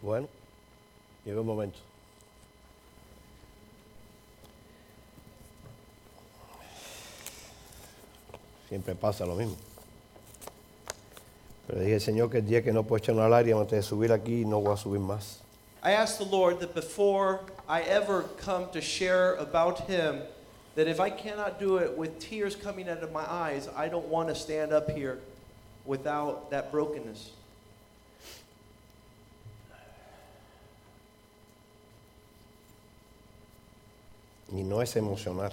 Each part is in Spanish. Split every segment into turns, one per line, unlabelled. Bueno, llegó el momento. Siempre pasa lo mismo. Pero dije, Señor, que el día que no puedo echar una lágrima antes de subir aquí, no voy a subir más.
I ask the Lord that before I ever come to share about Him, that if I cannot do it with tears coming out of my eyes, I don't want to stand up here without that brokenness.
Y no es emocionar.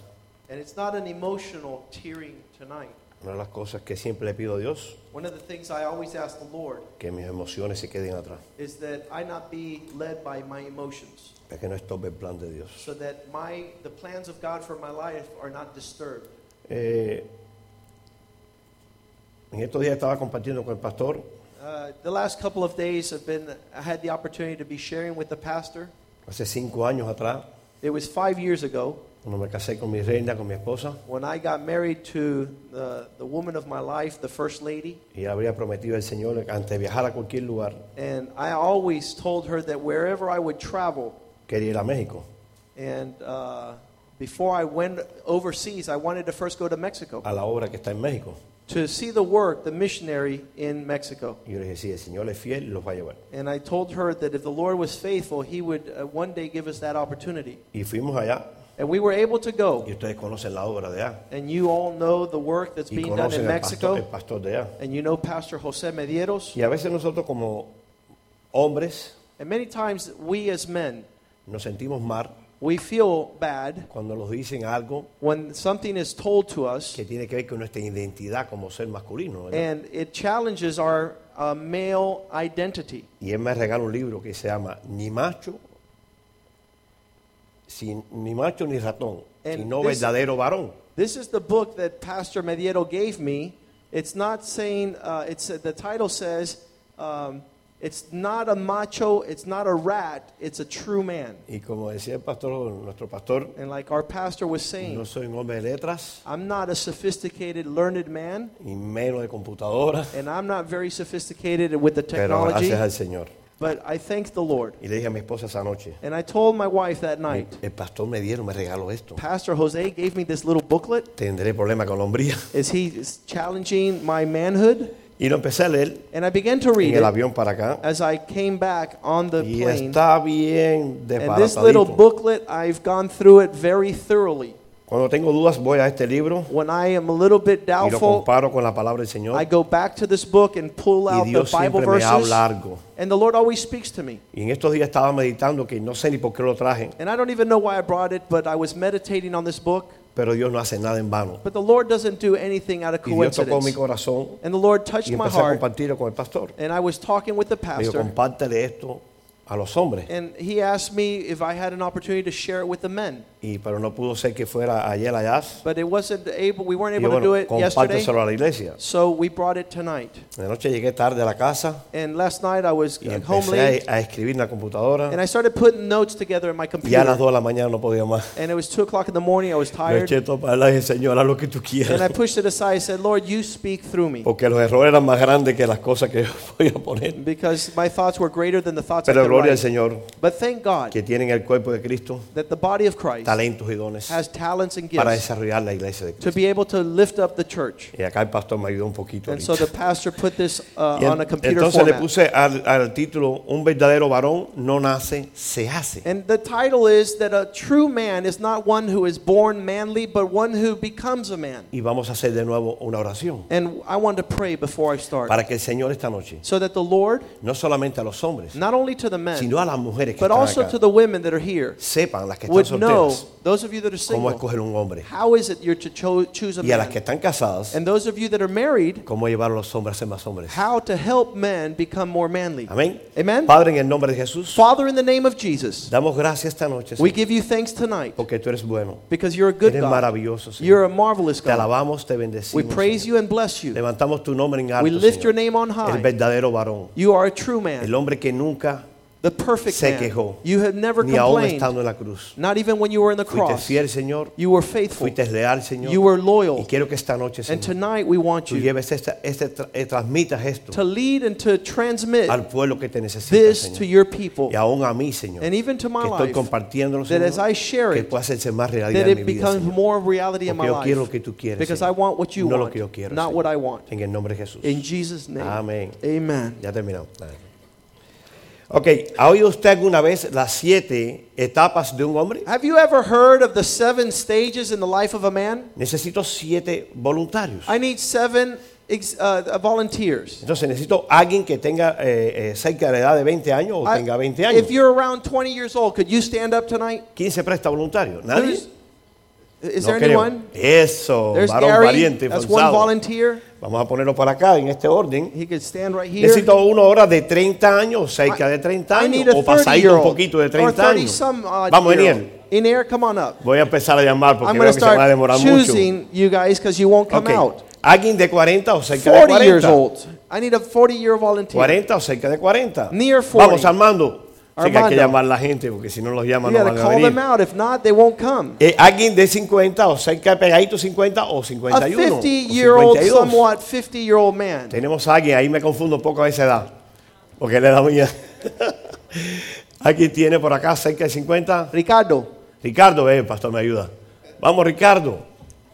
And it's not an emotional tearing tonight.
Una de las cosas que siempre le pido a Dios,
One of the things I always ask the Lord
que mis emociones se queden atrás.
is that I not be led by my emotions,
Para que no estorbe el plan de Dios.
so that my the plans of God for my life are not disturbed.
Eh, en estos días estaba compartiendo con el pastor
Uh, the last couple of days have been I had the opportunity to be sharing with the pastor.
Hace cinco años atrás,
It was five years ago
cuando me casé con mi reina, con mi esposa,
when I got married to the, the woman of my life, the first lady,
y ella había prometido al Señor que antes de viajar a cualquier lugar,
and I always told her that wherever I would travel,
quería ir a México.
and uh, before I went overseas, I wanted to first go to Mexico
a la obra que está en México.
to see the work, the missionary in Mexico.
Y yo le dije, si el Señor es fiel, los va a llevar.
And I told her that if the Lord was faithful, He would uh, one day give us that opportunity.
Y fuimos allá,
And we were able to
y
go.
ustedes conocen la obra de allá,
And you all know the work that's
y
being done in
conocen al pastor, el
Mexico.
pastor de allá.
And you know Pastor Jose Medeiros.
Y a veces nosotros como hombres
And many times we as men,
nos sentimos mal
we feel bad
cuando nos dicen algo
when something is told to us
que tiene que ver con nuestra identidad como ser masculino. ¿verdad?
and it challenges our uh, male identity.
Y él me regaló un libro que se llama Ni macho, sin, ni macho ni ratón,
And
sino
this-
verdadero varón.
This is the book that Pastor Mediero gave me. It's not saying, uh, it's, the title says, um, it's not a macho, it's not a rat, it's a true man.
Y como decía el pastor, nuestro pastor,
And like our pastor was saying,
no soy un hombre de letras,
I'm not a sophisticated, learned man,
y menos de computadoras.
and I'm not very sophisticated with the
Pero
technology,
gracias al Señor.
but I thank the Lord.
Y le dije a mi esposa esa noche,
And I told my wife that night,
el pastor me dieron, me regaló esto.
Pastor Jose gave me this little booklet.
Tendré problema con la hombría.
Is he is challenging my manhood?
Y lo empecé a leer
And I began to
en
read
el
it
avión para acá.
as I came back on the
Y
plane.
está bien
And this little
desbaratadito.
booklet, I've gone through it very thoroughly.
Cuando tengo dudas voy a este libro
When I am a little bit
y lo
doubtful,
comparo con la palabra del Señor.
I go back to this book and pull
Y
out the
Dios
Bible
siempre me
verses.
habla algo.
And the Lord always speaks to me.
Y en estos días estaba meditando que no sé ni por qué lo traje,
And I don't even know why I brought it, but I was meditating on this book.
pero Dios no hace nada en vano.
But the Lord doesn't do anything out of
Y Dios tocó mi
coincidence.
corazón
And the Lord touched
y
my
empecé a
heart.
compartirlo con el pastor.
And I was talking with the
Me dijo,
pastor.
compártele esto a los hombres.
And he asked me if I had an opportunity to share it with the men.
Y pero no pudo ser que fuera ayer allá.
But it wasn't able, we weren't
Y
able
yo,
to do
bueno,
it yesterday.
compárteselo a la iglesia.
So we brought it tonight.
Anoche llegué tarde a la casa
And last night I was
y
uh, home late.
empecé a, a escribir en la
And
computadora.
I started putting notes together in my
Y a las 2
computer.
de la mañana no podía más.
And it was 2 o'clock in the morning. I was
Lo
tired.
eché todo para adelante y dije, Señor, haz lo que tú
And I
quieras.
pushed it aside. I said, Lord, you speak through me.
Porque los errores eran más grandes que las cosas que yo podía poner.
Because my thoughts were greater than the thoughts of
Pero
the
gloria al
write.
Señor
But thank God
que tienen el cuerpo de Cristo,
that the body of Christ
talentos y dones
has talents and
para
gifts
desarrollar la iglesia de
to
Cristo.
be able to lift up the church.
Y acá el pastor me ayudó un poquito.
And so
ahorita.
the pastor put this uh,
Y en-
on a computer
entonces le
format.
puse al, al título, un verdadero varón no nace, se hace.
And the title is that a true man is not one who is born manly, but one who becomes a man.
Y vamos a hacer de nuevo una oración
And I want to pray before I start
para que el Señor esta noche
so that the Lord,
no solamente a los hombres,
not only to the men,
sino a las mujeres que
but
están
also to
acá.
the women that are here,
Sepan las que están
would know,
solteras
those of you that are
cómo
single,
escoger un hombre.
how is it you're to cho- choose a
Y a las que están
man?
casadas,
And those of you that are married,
cómo llevar a los hombres a ser más hombres.
how to help men become more manly.
Amén.
Amen.
Padre, en el nombre de Jesús,
Father, in the name of Jesus,
damos gracias esta noche,
we
Señor,
give you thanks tonight
porque tú eres bueno.
because you're a good
Eres
God.
maravilloso, Señor.
You're a marvelous
Te
God.
alabamos, te
We
bendecimos.
praise
Señor.
you and bless you.
Levantamos tu nombre en alto,
We lift
Señor.
your name on
El
high.
verdadero varón.
You are a true
El
man,
hombre que nunca,
the perfect
se
man.
quejó,
You have never
ni aún
complained,
estando en la cruz,
not even when you were in the
fuiste
cross.
fiel, Señor.
You were faithful.
Fuiste leal, Señor.
You were
Y
loyal.
quiero que esta noche,
And
Señor,
tonight we want
tú
you
lleves esta, este, tra- eh, transmitas esto
to lead and to transmit
al pueblo que te necesita,
this
Señor.
to your people
y aún a mí, Señor,
and even to my
que estoy
life
compartiéndolo,
that
Señor,
as I share
que
it,
pueda hacerse más realidad
that
en mi
it
vida,
becomes
Señor.
more reality in my
Porque yo quiero lo
life.
que tú quieres,
Because I
Señor,
want what you
no lo
want,
que yo quiero,
not
Señor.
what I want.
En el nombre de Jesús.
In Jesus' name.
Amén.
Amen.
Ya terminamos. Dale. Ok, ¿ha oído usted alguna vez las siete etapas de un hombre?
Have you ever heard of the seven stages in the life of a man?
Necesito siete voluntarios.
I need seven ex- uh, volunteers.
Entonces necesito alguien que tenga eh, eh, cerca de la edad de 20 años o
I-
tenga 20 años.
if you're around 20 years old, could you stand up tonight?
¿Quién se presta voluntario? ¿Nadie?
There's- Is
No
there
creo.
anyone?
Eso,
There's
varón
Gary.
valiente,
That's one
forzado.
volunteer.
Vamos a ponerlo para acá en este orden.
He could stand right here.
Necesito una hora de 30 años, cerca
I-
de 30
I need a
años, o pasadito un
30-year-old
poquito de
or
30
30
años.
some odd
Vamos,
year-old.
Eniel.
In air, come on up.
Voy a empezar a llamar porque
I'm
creo
going
que
to
se va a demorar
start
mucho.
choosing you guys because you won't come
Ok.
out.
Alguien de 40 o cerca de
40 years
40.
old. I need a 40 year volunteer.
40 o cerca de 40.
Near 40.
Vamos, Armando. Así que hay que
Armando.
llamar a la gente porque si no los llaman
You
no
got
van
to
a
call them
venir.
out. If not, they won't come.
Eh, alguien de 50 o cerca de pegadito 50 o
A
51. o
50 year old,
52.
somewhat 50 year old man.
Tenemos a alguien, ahí me confundo un poco a esa edad. Porque la edad mía. Aquí tiene por acá cerca de 50.
Ricardo,
Ricardo, eh, pastor, me ayuda. Vamos, Ricardo.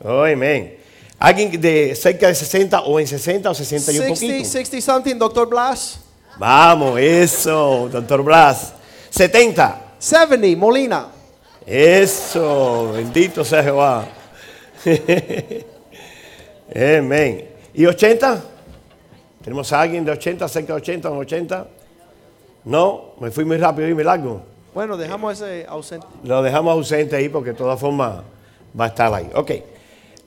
Oh, Amén. Alguien de cerca de 60 o en 60 o 60 y un
60,
poquito.
60 something, Dr. Blas.
Vamos, eso, doctor Blas. 70.
70, Molina.
Eso, bendito sea Jehová. Amén. ¿Y 80? ¿Tenemos a alguien de 80, cerca de 80 o 80? No, me fui muy rápido y me largo.
Bueno, dejamos ese ausente.
Lo dejamos ausente ahí porque de todas formas va a estar ahí. Ok.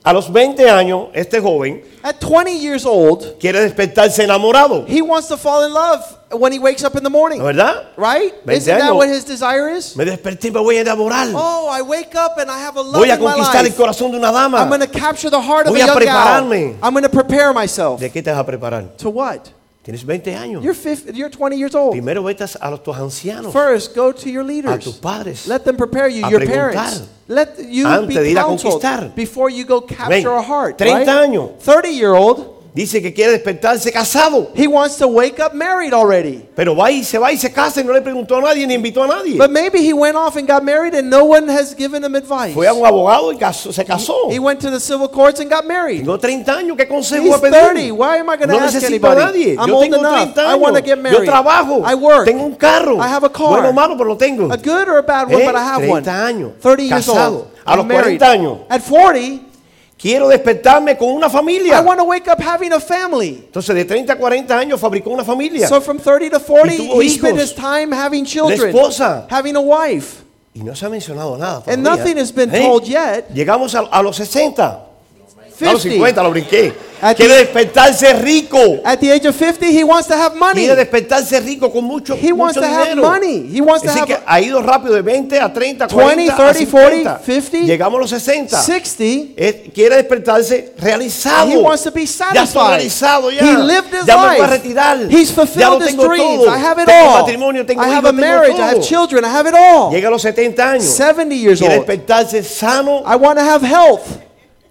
A los 20 años, este joven
At 20 years old,
quiere despertarse enamorado.
he wants to fall in love when he wakes up in the morning.
¿No es verdad?
Right?
20
Isn't that
años.
what his desire is?
Me desperté y me voy a enamorar.
Oh, I wake up and I have a love
Voy a
in my
conquistar el
life.
corazón de una
I'm
dama.
going to capture the heart of
Voy
a
a
young gal.
prepararme.
I'm going to prepare myself.
¿De qué te vas a preparar?
To what?
Tienes 20 años.
You're, 50, you're 20 years old.
Primero vete a los tus ancianos,
First, go to your
a tus
leaders.
padres.
Let them prepare you,
A
your
preguntar.
parents. Let you
Antes de
be
ir a
counseled
conquistar.
before you go capture
Amén.
a heart.
30
right?
años.
30 year old,
Dice que quiere despertarse casado.
he wants to wake up married already.
Pero va y se va y se casa y no le preguntó a nadie ni invitó a nadie.
But maybe he went off and got married and no one has given him advice.
Fue a un abogado y casó- se casó.
He went to the civil courts and got married.
Tengo 30 años, ¿qué consejo
He's
voy a
30.
pedir?
Why am I going to
no
ask
necesito a
anybody?
nadie.
I'm
yo
old
tengo
enough.
30
I
años.
want to get
yo
married.
trabajo.
I work.
Tengo un carro.
I have a car.
Bueno o malo, pero lo tengo.
A good or a bad one,
Eh,
but I have one.
30 años.
30 years
Casado.
old.
A los
I'm married.
40 años.
At 40,
Quiero despertarme con una
I
familia.
want to wake up having a family.
Entonces, de 30 a 40 años fabricó una familia.
So from 30 to
Y
40,
tuvo
he spent
hijos.
his time having children,
esposa.
having a wife.
y no se ha mencionado nada.
And
todavía.
nothing has been
Eh,
told yet.
Llegamos a, a los 60. A los
50.
50 lo brinqué.
At
Quiere
the-
despertarse rico.
At the age of 50, he wants to have money.
Quiere despertarse rico con mucho,
He wants
mucho
to have
dinero.
money. He wants to
Así
have-
que ha ido rápido de 20 a 30,
20,
40, a
30, 40,
50.
50.
Llegamos a los 60.
60,
Eh, quiere despertarse realizado.
He wants to
Ya
be
estoy
satisfied.
realizado ya.
He lived his
ya me voy a
life.
retirar.
He's
ya lo
fulfilled his
tengo
dreams.
todo.
I have it
tengo
all.
matrimonio, tengo
I have
hijos,
a marriage.
tengo
I
todo.
have children. I have it all.
Llega a los 70 años.
70 years
quiere
old.
despertarse sano
I want to have health.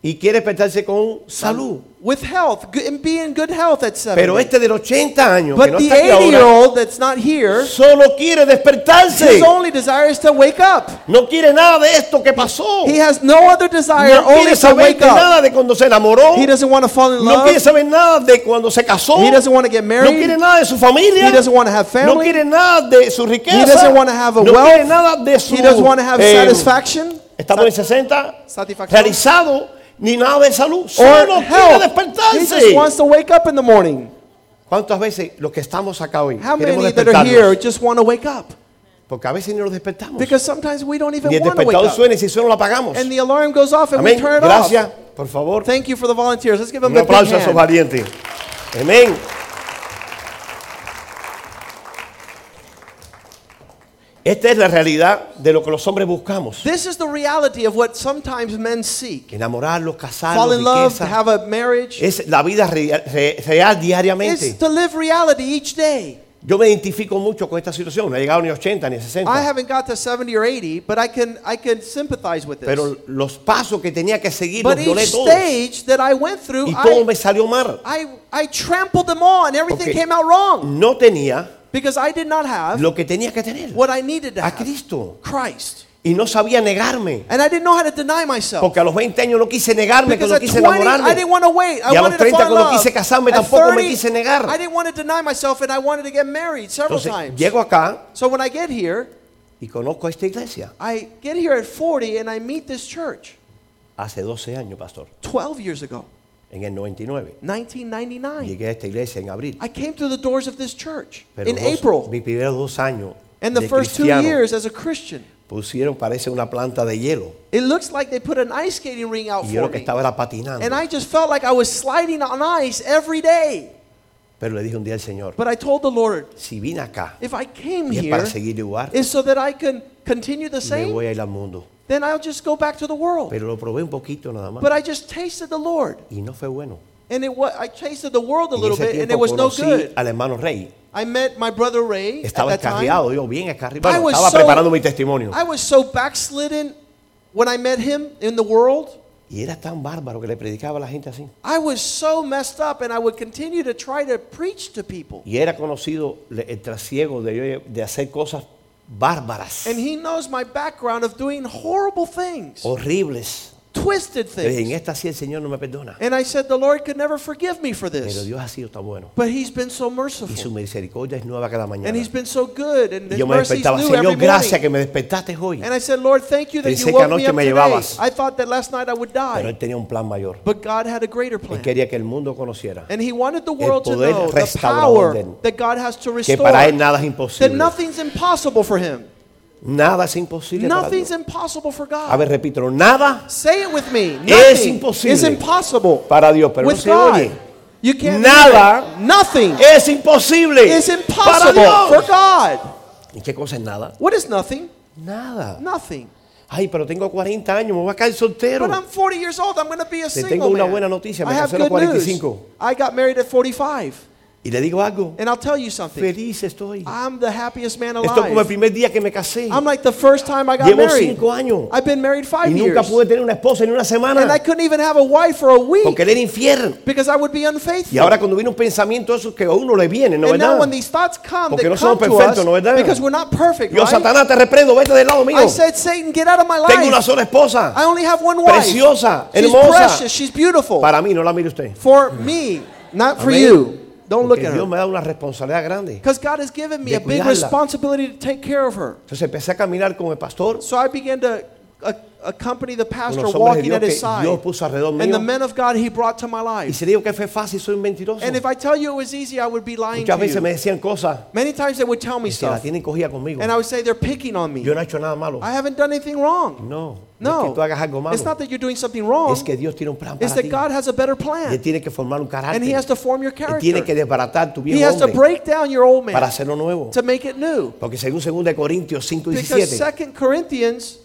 y quiere despertarse con salud.
With health. Good, and be in good health at 70.
Pero este del 80 años, que
but
no
the
está aquí
80 year
ahora,
old that's not here,
solo quiere despertarse.
his only desire is to wake up.
No quiere nada de esto que pasó.
He has no other desire
no
only
quiere
to
saber
wake
de
up.
nada de cuando se enamoró.
He doesn't want to fall in
No quiere
love.
saber nada de cuando se casó.
He doesn't want to get
No
married.
quiere nada de su familia.
He doesn't want to have
No
family.
quiere nada de su riqueza.
He doesn't want to have a
no
wealth.
quiere nada de su.
He doesn't want to have
eh,
satisfaction.
Estamos en 60.
Satisfacción.
Realizado. Ni nada de salud.
or
Solo quiere
health. He
despertarse.
just wants to wake up in the morning.
¿Cuántas veces los que estamos acá hoy
How
queremos
many that are here
despertarnos?
just want to wake up?
Porque a veces no nos despertamos.
Because sometimes we don't even
Ni el
want to wake
despertador
up.
suena y si suena lo apagamos.
And the alarm goes off and
Amén.
we turn it
Gracias,
off.
por favor.
Thank you for the volunteers. Let's give them
Un
a big
aplauso a esos
hand.
valientes. Amén. Esta es la realidad de lo que los hombres buscamos.
This is the reality of what sometimes men seek.
Enamorarlos,
Fall
casarlos,
in love,
riqueza.
have a marriage.
Es la vida re- re- real
It's
diariamente.
to live reality each day.
Yo me identifico mucho con esta situación. No he llegado ni a 80 ni a
I
60.
haven't got to 70 or 80, but I can I can sympathize with this.
Pero los pasos que tenía que seguir los
But
violé
each
todos.
stage that I went through,
Y todo
I,
me salió mal.
I I trampled them all and everything
Porque
came out wrong
No tenía
because I did not have
lo que tenía que tener.
what I needed to
A
have.
Cristo.
Christ.
Y no sabía negarme.
And I didn't know how to deny myself.
Porque a los 20 años no quise negarme, que
Because
no
at
quise
20, I
enamorarme.
didn't want to wait. I
Y a los
wanted to
30
fall in
cuando
love.
quise casarme,
At
tampoco me quise negar.
I didn't want to deny myself and I wanted to get married several
Entonces
times.
llego acá
So when I get here,
y conozco a esta iglesia.
I get here at 40 and I meet this church
Hace 12 años, pastor.
12 years ago,
En el 99.
1999.
Llegué a esta iglesia en abril.
I came through the doors of this church
Pero
in
dos-
April.
mis primeros dos años
And the
de
first two
cristiano
years as a Christian,
pusieron, parece una planta de hielo.
it looks like they put an ice skating ring out
Y yo
for
lo que
me.
estaba era patinando.
And I just felt like I was sliding on ice every day.
Pero le dije un día al Señor,
But I told the Lord,
si vine acá
if I came
y es para
here,
seguir igual,
is so that I can continue the
me
same,
voy a ir al mundo.
then I'll just go back to the world.
Pero lo probé un poquito nada más.
But I just tasted the Lord,
Y no fue bueno.
and it was, I tasted the world a
En
little
ese
bit, and
tiempo
it was no
conocí
good.
al hermano Rey.
I met my brother Ray at
Estaba
that time.
escarriado, yo bien escarriado.
I
Bueno,
was
estaba
so-
preparando mi testimonio.
I was so backslidden when I met him in the world.
Y era tan bárbaro que le predicaba a la gente así.
I was so messed up, and I would continue to try to preach to people.
Y era conocido le- el trasiego de, yo- de hacer cosas bárbaras,
And he knows my background of doing horrible things,
horribles.
twisted
Yo dije, Oh. en
things.
esta sí el Señor no me perdona.
And I said, the Lord could never forgive me for
Pero
this.
Dios ha sido tan bueno.
But he's been so
Y su
merciful.
misericordia es nueva cada mañana.
And he's been so good. And
Y
his
yo me
mercies
despertaba,
new every
Señor, gracias que
morning.
me despertaste hoy.
And I said, Lord, thank you that
Pensé que
you woke me
anoche
up
me
today.
llevabas.
I thought that last night I would
Pero
die.
Él tenía un plan mayor.
But God had a greater
Él
plan.
quería que el mundo conociera
And he wanted the world to
poder
know the
restaurador
power
de él.
that God has to
que
restore.
para Él nada es
that
imposible.
nothing's impossible for him.
Nada es imposible para
Nothing's
Dios.
impossible for
A
God.
ver, repito, nada
Say it with me.
Es
Nothing
imposible
is impossible
para Dios, pero no
with
se
God.
oye.
You can't
Nada
do it. Nothing
Es imposible
is
para
impossible for
Dios.
God.
¿Y qué cosa es nada?
What is nothing?
Nada.
Nothing.
Ay, pero tengo 40 años, me voy a caer soltero.
But I'm 40 years old. I'm going to be a
Te
single
tengo una
man.
buena noticia, me
I have
casé a los
good news.
45.
I got married at 45.
Y le digo algo,
And I'll tell you something.
feliz estoy.
I'm the happiest man
Esto es como el
alive.
primer día que me casé.
I'm like the first time I got
Llevo
married.
cinco años.
I've been married
Y
five
nunca
years.
pude tener una esposa ni una
And I
semana.
couldn't even have a wife for a week
Porque él era infierno.
because I would be
Y
unfaithful.
ahora cuando viene un pensamiento esos que a uno le viene, ¿no
and now
verdad?
when these thoughts come,
Porque
that
no
come
somos
to
perfectos,
us,
¿no verdad?
because we're not perfect,
Yo,
right?
Satanás, te reprendo, vete del lado mío.
I said, Satan, get out of my life.
Tengo una sola esposa.
I only have one wife.
Preciosa,
she's
hermosa.
precious. She's beautiful.
Para mí, no la mire usted.
For me, not for
Amén.
you. Don't look
Porque
at
Dios
her.
me da una responsabilidad grande.
Because God has given me
de
a big
cuidarla.
responsibility to take care of her.
Entonces empecé a caminar con el pastor.
So I began to a- accompany the pastor
los hombres de
walking
Dios
at his
que
side.
Dios puso alrededor
and the
mío.
men of God he brought to my
Y
life.
si digo que fue fácil, soy un mentiroso.
And if I tell you it was easy, I would be lying
Muchas
to
veces
you.
me decían cosas
Many times they would tell me
y se la
stuff,
tienen cogida conmigo.
and I would say they're picking on me.
Yo no he hecho nada malo.
I haven't done anything wrong.
No, no es
No,
que tú hagas algo malo.
it's not that you're doing something wrong.
Es que Dios tiene un plan
It's
para
that
ti.
God has a better
Y Él
plan,
tiene que formar un carácter.
and He has to form your
Él tiene que
character.
desbaratar tu
He
viejo
has to
hombre
break down your old
para
man
hacerlo nuevo.
to make it new.
Porque según 2 Corintios 5,
Because
17,
2 Corinthians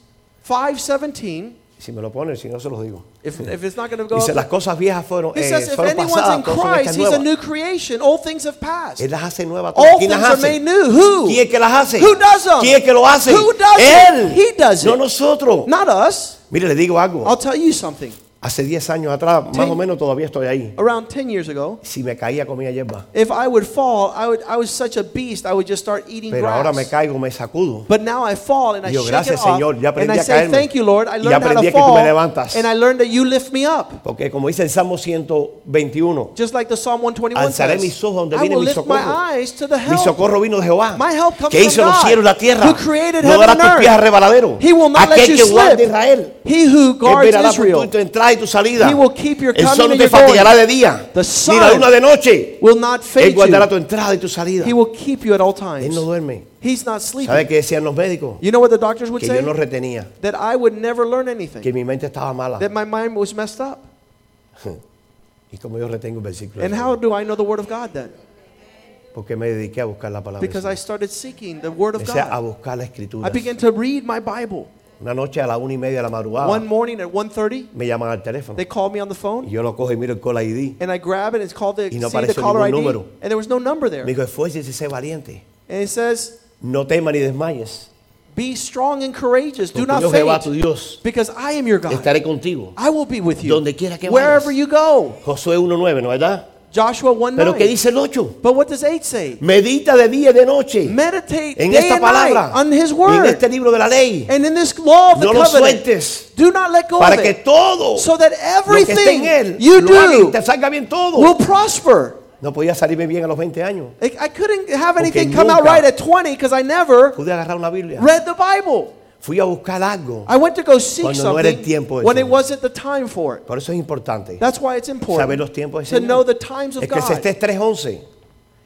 5:17,
si me lo ponen, si no se los digo.
if if it's not going to go,
Dice,
up,
las cosas viejas fueron,
it
eh,
says, "If
fueron
anyone's in
pasadas, todas son
Christ,
hechas
he's a
nuevas.
new creation. All things have passed.
Él las hace nuevas. todas.
All
¿Quién
things
las
are made
hace?
new. Who?
¿Quién es que las hace?
Who does them?
¿Quién es que lo hace?
Who does
Él.
it? He does
no
it.
nosotros.
Not us.
Mire, le digo algo.
I'll tell you something.
Hace 10 años atrás, más
Ten-
o menos todavía estoy ahí.
Around 10 years ago,
Si me caía comía hierba.
if I would fall, I would I was such a beast. I would just start eating
Pero
grass.
ahora me caigo, me sacudo.
But now I fall and I
Digo,
shake
gracias,
it off
Señor, ya
and
aprendí
I
a
say
caerme.
thank you Lord. I
Y
learned how
aprendí
to
que tú me
fall
levantas.
and I learned that you lift me up.
Porque como dice el Salmo 121,
Just like the Psalm 121
Alzaré
says,
mis ojos donde
I
viene
will
mi
lift my
socorro.
eyes to the
mi
help.
socorro vino de Jehová,
My help comes
que hizo
from
los
God,
cielos y la tierra.
who created
No
heaven
dará
and
tus
earth.
pies resbaladero.
He will not let
Aquel
you
que guarda
slip.
a Israel.
He who
Que
guards
verá por tu
Israel.
entrada y tu salida.
He will keep your
El
coming
sol no
and
te
your going.
fatigará de día,
The
ni la
sun
luna de noche.
will not
Él
fade
guardará tu
you.
entrada y tu salida.
He will keep you at all
Él
times.
no duerme.
He's not
¿Sabes
sleeping.
qué decían los médicos?
You know what the doctors would
Que yo
say?
no retenía,
That I would never learn anything.
que mi mente estaba mala.
That my mind was messed up.
Y como yo retengo el versículo,
And how do I know the Word of God then?
porque me dediqué a buscar la palabra.
Because I started seeking the Word of
Empecé a
God.
buscar la escritura.
I began to read my Bible.
Una noche a la una y media de la madrugada
One morning at 1.30,
me llaman al teléfono.
they called me on the
Y
phone.
yo lo cojo y miro el call ID.
And I grab it and it's called the,
Y no
see the
apareció
caller
ningún
ID.
número.
And there was no number there.
Me dijo, esfuércese, sé valiente.
And it says,
No temas ni desmayes.
be strong and courageous. Do
Porque
not
yo Jehová tu
faint.
Dios
Because I am your God.
estaré contigo.
I will be with you.
Donde quiera que
Wherever
vayas.
you go.
Josué 1.9, ¿no es verdad?
Joshua 1
Pero ¿qué dice el 8?
But what does 8 say?
Medita de día y de noche
Meditate
en
day
esta
and
palabra,
night on his
en
word.
este libro de la ley.
and in this law of the
No lo
covenant.
sueltes
Do not let go
para
of
que
it.
todo
so that
lo que esté en
everything
él
you
lo haga y
do
te salga bien
will
todo.
prosper.
No podía salirme bien a los 20 años.
I I couldn't have anything
Porque
come out
nunca-
right at 20 because I never
Pude agarrar una Biblia.
read the Bible.
Fui a buscar algo.
I went to go seek
Cuando no era el
something
tiempo de
when
Dios.
it wasn't the time for it.
Por eso es importante
That's why it's
saber
important
los tiempos
to
del
know
Señor.
the times of God.
Eclesiastés 3.11.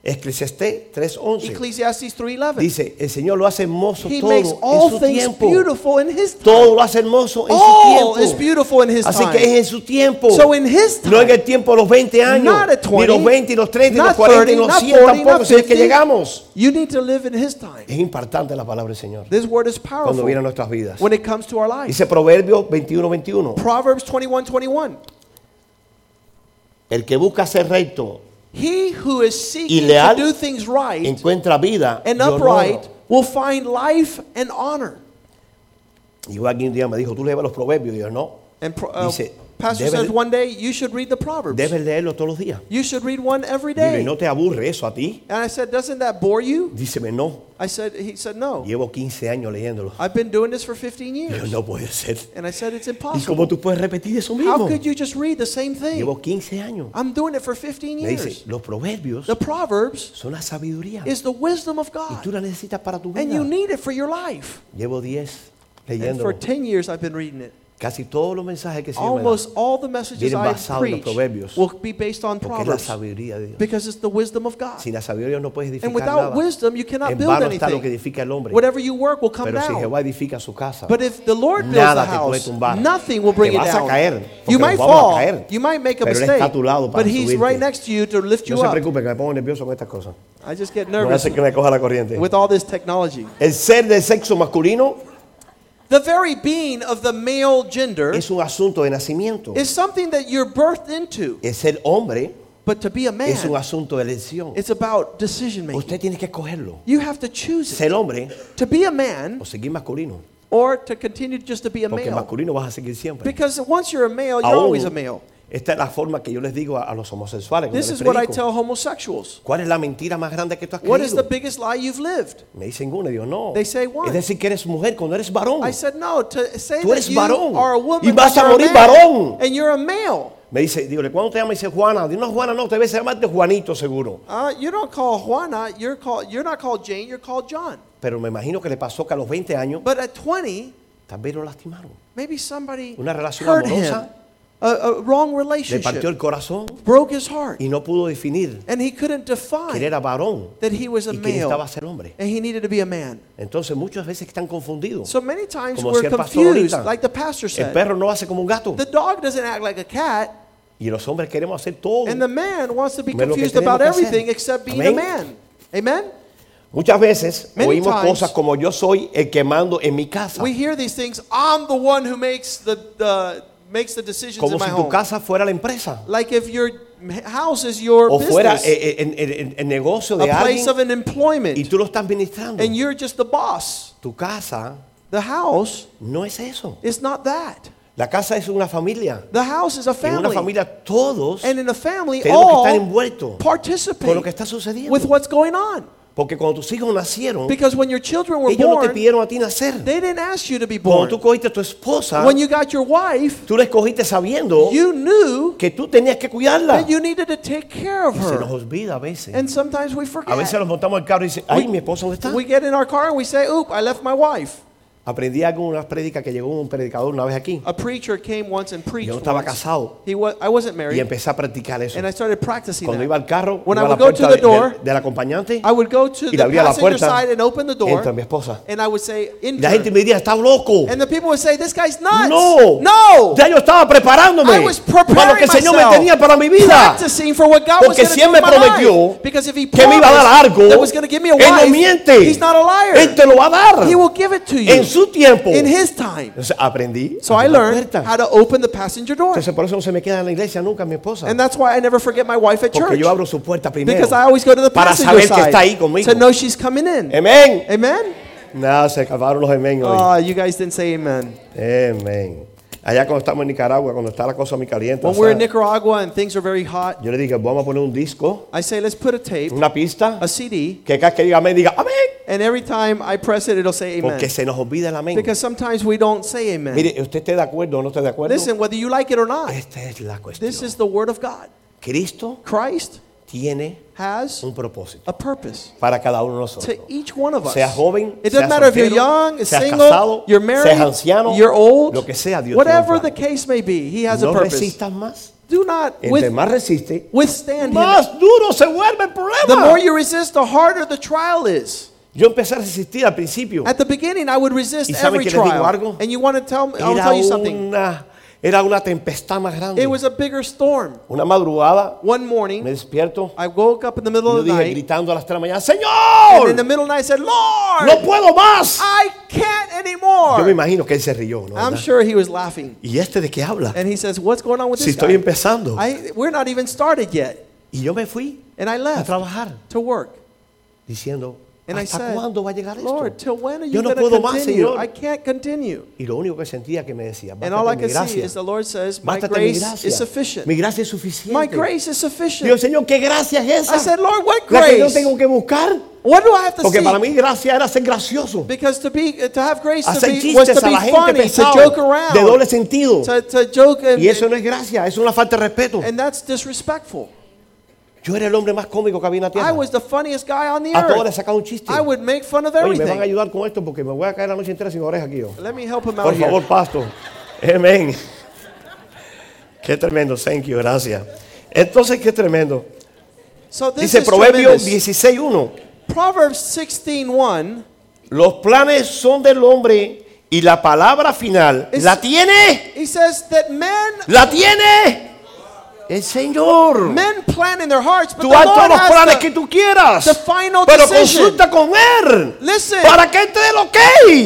Eclesiastés 3.11.
Ecclesiastes 3.11.
Dice, el Señor lo hace hermoso
He
todo en
makes all
su
things
tiempo.
beautiful in his time.
Todo lo hace hermoso en
All is
su tiempo.
beautiful in his
Así que es
time.
en su tiempo.
So in his
no en
time,
el tiempo de los 20 años,
Not at 20,
ni los 20, ni los 30, ni los
not
40, ni
30,
los
not
100
40,
tampoco,
not
si es que
50.
llegamos.
you need to live in his time.
Es importante la palabra del Señor
This word is
Eh, cuando
powerful
viene a nuestras vidas.
when it comes to our lives.
Dice Proverbios 21, 21.
Proverbs 21 21.
El que busca ser recto
He who is seeking
leal
to do things right
encuentra vida
and
y honor.
upright will find life and honor.
Y yo aquí un día me dijo, tú lees los proverbios. Y yo, no,
And pro- uh,
Dice,
Pastor
debe-
says one day you should read the Proverbs.
debes leerlo todos los días.
you should read one every
Digo,
day.
¿y no te aburre eso a ti?
and I said, doesn't that bore you?
Díceme, no,
I said, he said, no.
llevo 15 años leyéndolo.
I've been doing this for 15
Y yo,
years.
no puede ser.
And I said, it's
¿Y
impossible.
cómo tú puedes repetir eso
How
mismo?
could you just read the same thing?
Llevo 15 años.
I'm doing it for 15
Me dice,
years.
los proverbios
The Proverbs
son la sabiduría.
is the wisdom of
Y tú
God.
la necesitas para tu
And you
vida.
need it for your life.
Llevo 10
And for
leyéndolo.
10 years I've been reading it.
Casi todos los mensajes que se me da.
Almost all the messages
Vienen
I
basados en los
preach
proverbios.
will be based on
Porque es la
Proverbs
sabiduría de Dios.
because it's the wisdom of God.
Sin la sabiduría no puedes
And
edificar
without
nada.
wisdom, you cannot
En
build
vano está lo que
anything.
edifica el hombre.
Whatever you work will come
Pero si
down.
Jehová edifica su casa,
But if the Lord builds
nada
the
te puede
house,
tumbar.
nothing will
Te
bring it
vas a
down.
caer, porque
you might
nos vamos a
fall.
caer.
You might make a
Pero Él está
mistake.
a tu lado para
but He's
subirte.
right next to you to lift you
no se
up.
preocupe que me pongo nervioso con estas cosas.
I just get
No
nervous
hace que me coja la corriente.
with all this technology.
El ser del sexo masculino
The very being of the male gender
es un asunto de nacimiento.
is something that you're birthed into.
El ser hombre
But to be a man,
es un asunto de elección.
it's about decision making.
Usted tiene que escogerlo.
You have to choose it.
Ser hombre
To be a man
o seguir masculino.
or to continue just to be a
Porque
male.
masculino vas a seguir siempre.
Because once you're a male, you're
Aún,
always a male.
Esta es la forma que yo les digo a, a los homosexuales. cuando
This
les
is what I
predico.
tell homosexuals.
¿Cuál es la mentira más grande que tú has
What is the
creído?
biggest lie you've lived?
Me dicen una y digo, no.
They say, "What?"
Es decir, que eres mujer cuando eres varón.
I said no. To say
Tú
that
eres
you
varón,
are a woman,
y vas
but
a
you're
morir
man,
varón.
and you're a male.
Me dice, digo, ¿cuándo te llamas? Dice Juana. Digo, no, Juana, no, te debes llamarte Juanito seguro.
Uh, you don't call Juana. You're called. You're not called Jane. You're called John.
Pero me imagino que le pasó que a los 20 años
But at 20,
tal vez lo lastimaron.
maybe somebody
Una relación
hurt
amorosa.
him. A, a wrong
Le partió el
relationship
corazón
broke his heart,
y no pudo definir
and he couldn't
quién
define
era varón
that he was a
y quién estaba a
male,
ser hombre.
and he needed to be a man.
Entonces muchas veces están confundidos.
So many times
Como
we're
decía el pastor
confused,
ahorita,
like the pastor
El
said.
perro no hace como un gato.
The dog doesn't act like a cat,
Y los hombres queremos hacer todo.
and the man wants to be
Comer lo que
confused
tenemos
about
que hacer.
everything except being a
Amén.
man. Amen?
Muchas veces
Many
oímos
times-
cosas como yo soy el que mando en mi casa.
We hear these things. I'm the one who makes the, the makes the decisions
Como
in my
si tu
home.
casa fuera la empresa.
Like if your m- house is your
O fuera
business,
eh, eh, en- en- en- el negocio
a
de
place
alguien
of an employment,
y tú lo estás ministrando.
and you're just the boss.
Tu casa
The house
no es eso.
is not that.
La casa es una familia.
The house is a
En una
family,
familia todos
and in a family,
tenemos que estar
all
envueltos con lo que
participate
está sucediendo.
with what's going on.
Porque cuando tus hijos nacieron,
Because when your children were
ellos no te
born,
pidieron a ti nacer.
they didn't ask you to be
Cuando
born.
tú cogiste a tu esposa,
When you got your wife,
tú la escogiste sabiendo
you knew
que tú tenías que cuidarla.
that you needed to take care of
Se nos
her.
olvida a veces.
And sometimes we
A veces
forget.
nos montamos el carro y dicen, ay, mi esposa, ¿dónde está?
We get in our car and we say, oop, I left my wife.
Aprendí algo en una prédica que llegó un predicador una vez aquí.
A preacher came once and preached.
Yo no estaba
once.
casado.
He was, I wasn't married,
Y empecé a practicar eso.
and I started practicing
Cuando
that.
iba al carro,
when
iba
I
a la
would go to
puerta
the
de-
door,
de- del acompañante
I would go to
y
the
le abría la
passenger
puerta.
side and open the door,
Entra mi esposa.
and I would say,
Y la gente
"Intern."
me diría, está loco.
and the people would say, "This guy's nuts."
No,
no.
Ya yo estaba preparándome
I was preparing
para lo que el Señor me
myself,
tenía para mi vida.
practicing for what God was
Porque
gonna
si
do
Él me
in my life.
prometió
Because if he
que me iba a dar
promised
algo,
that was gonna give me a
Él no
wife,
miente.
He's not a liar.
Él te lo va a dar
He will give it to you
en su tiempo.
in his time.
Entonces aprendí.
So
a
I
abrir la
learned
puerta.
how to open the passenger door.
Entonces por eso no se me queda en la iglesia nunca mi esposa.
And that's why I never forget my wife at
Porque
church.
yo abro su puerta primero.
Because I always go to the
Para
passenger
saber que
side
está ahí conmigo.
to know she's coming in.
Amén.
Amen?
Nada, se acabaron los amén hoy.
Oh, you guys didn't say amen.
Amén. Allá cuando estamos en Nicaragua, cuando está la cosa muy caliente,
When
o
we're in
sea,
Nicaragua and things are very hot,
yo le dije, vamos a poner un disco,
I say, let's put a tape,
una pista,
a CD,
que cada que diga amén, diga amén.
and every time I press it, it'll say amen.
Porque se nos olvida el amén.
Because sometimes we don't say amen.
Mire, usted esté de acuerdo o no esté de acuerdo.
Listen, whether you like it or not,
Esta es la
this
cuestión.
is the word of God.
Cristo
Christ
tiene
has
un propósito
a purpose
para cada uno de nosotros.
to each one of us.
Sea joven,
it
sea
doesn't matter if you're
soltero,
young,
seas
single,
casado,
you're married,
seas anciano,
you're old,
lo que sea, Dios tiene
whatever the
un plan.
case may be, He has a
No
purpose.
resistas más.
Do not
Entre
with,
más resiste,
withstand Him.
más duro se vuelve el
The more
problema.
you resist, the harder the trial is.
Yo empecé a resistir al principio.
At the beginning, I would resist
¿Y saben
every
qué les digo
trial.
algo?
And you want to tell me, I'll
Era
tell you something.
una, era una tempestad más
It
grande.
was a bigger storm.
Una madrugada
One
me
morning,
despierto
I woke up in the
y
middle
yo
of the
dije
night.
gritando a las 3 de la mañana,
And in the
¡Señor!
middle of the night, I said, Lord,
¡No puedo más!
I can't
Yo me
anymore.
imagino que él se rió, ¿no?
I'm
¿Verdad?
sure he was laughing.
¿Y este de qué habla?
And he says, What's going on with
Si
this
estoy
guy?
empezando.
I, we're not even started yet.
Y yo me fui
And I
a
left
trabajar
to work.
diciendo,
And I
¿hasta
said,
cuándo va a llegar
Lord,
esto?
till when are you
Yo no
going to
puedo más,
continue?
Señor.
I can't continue.
Y lo único que sentía que me decía,
And all I
bástate mi
can see is
gracia.
the Lord says, My
Bástate mi
grace is
gracia.
sufficient.
Mi gracia es
My
suficiente.
grace is
Dios,
sufficient.
Señor, ¿qué gracia es
I
esa?
said, Lord, what
La que yo
grace?
tengo que buscar.
What do I have to
Porque para
see?
mí gracia era ser gracioso.
Because to be to have grace to
Hacer
be was to
chistes a
be
la gente
funny, to
pesado,
joke around,
de doble sentido.
to, to joke and,
Y eso no es gracia, es una falta de respeto.
and that's disrespectful.
Yo era el hombre más cómico que había en la
I
tierra.
was the funniest guy on the
A todos les
earth.
sacaba un chiste.
I would make fun of
Oye, me van a
everything.
ayudar con esto porque me voy a caer la noche entera sin oreja aquí yo.
Let me help him out
Por favor,
here.
pastor. Amén. Qué tremendo. Thank you. Gracias. Entonces, qué tremendo.
So this
Dice
is
Proverbios
tremendous.
16.1.
Proverbs 16:1
Los planes son del hombre y la palabra final.
Es-
¿La tiene?
he says that men
¿La tiene? El Señor.
men plan in their hearts, but the
Tú haz todos
Lord
los planes
has
que
the,
tú quieras.
the final
Pero
decision.
consulta con Él.
Listen.
Para que Él te dé el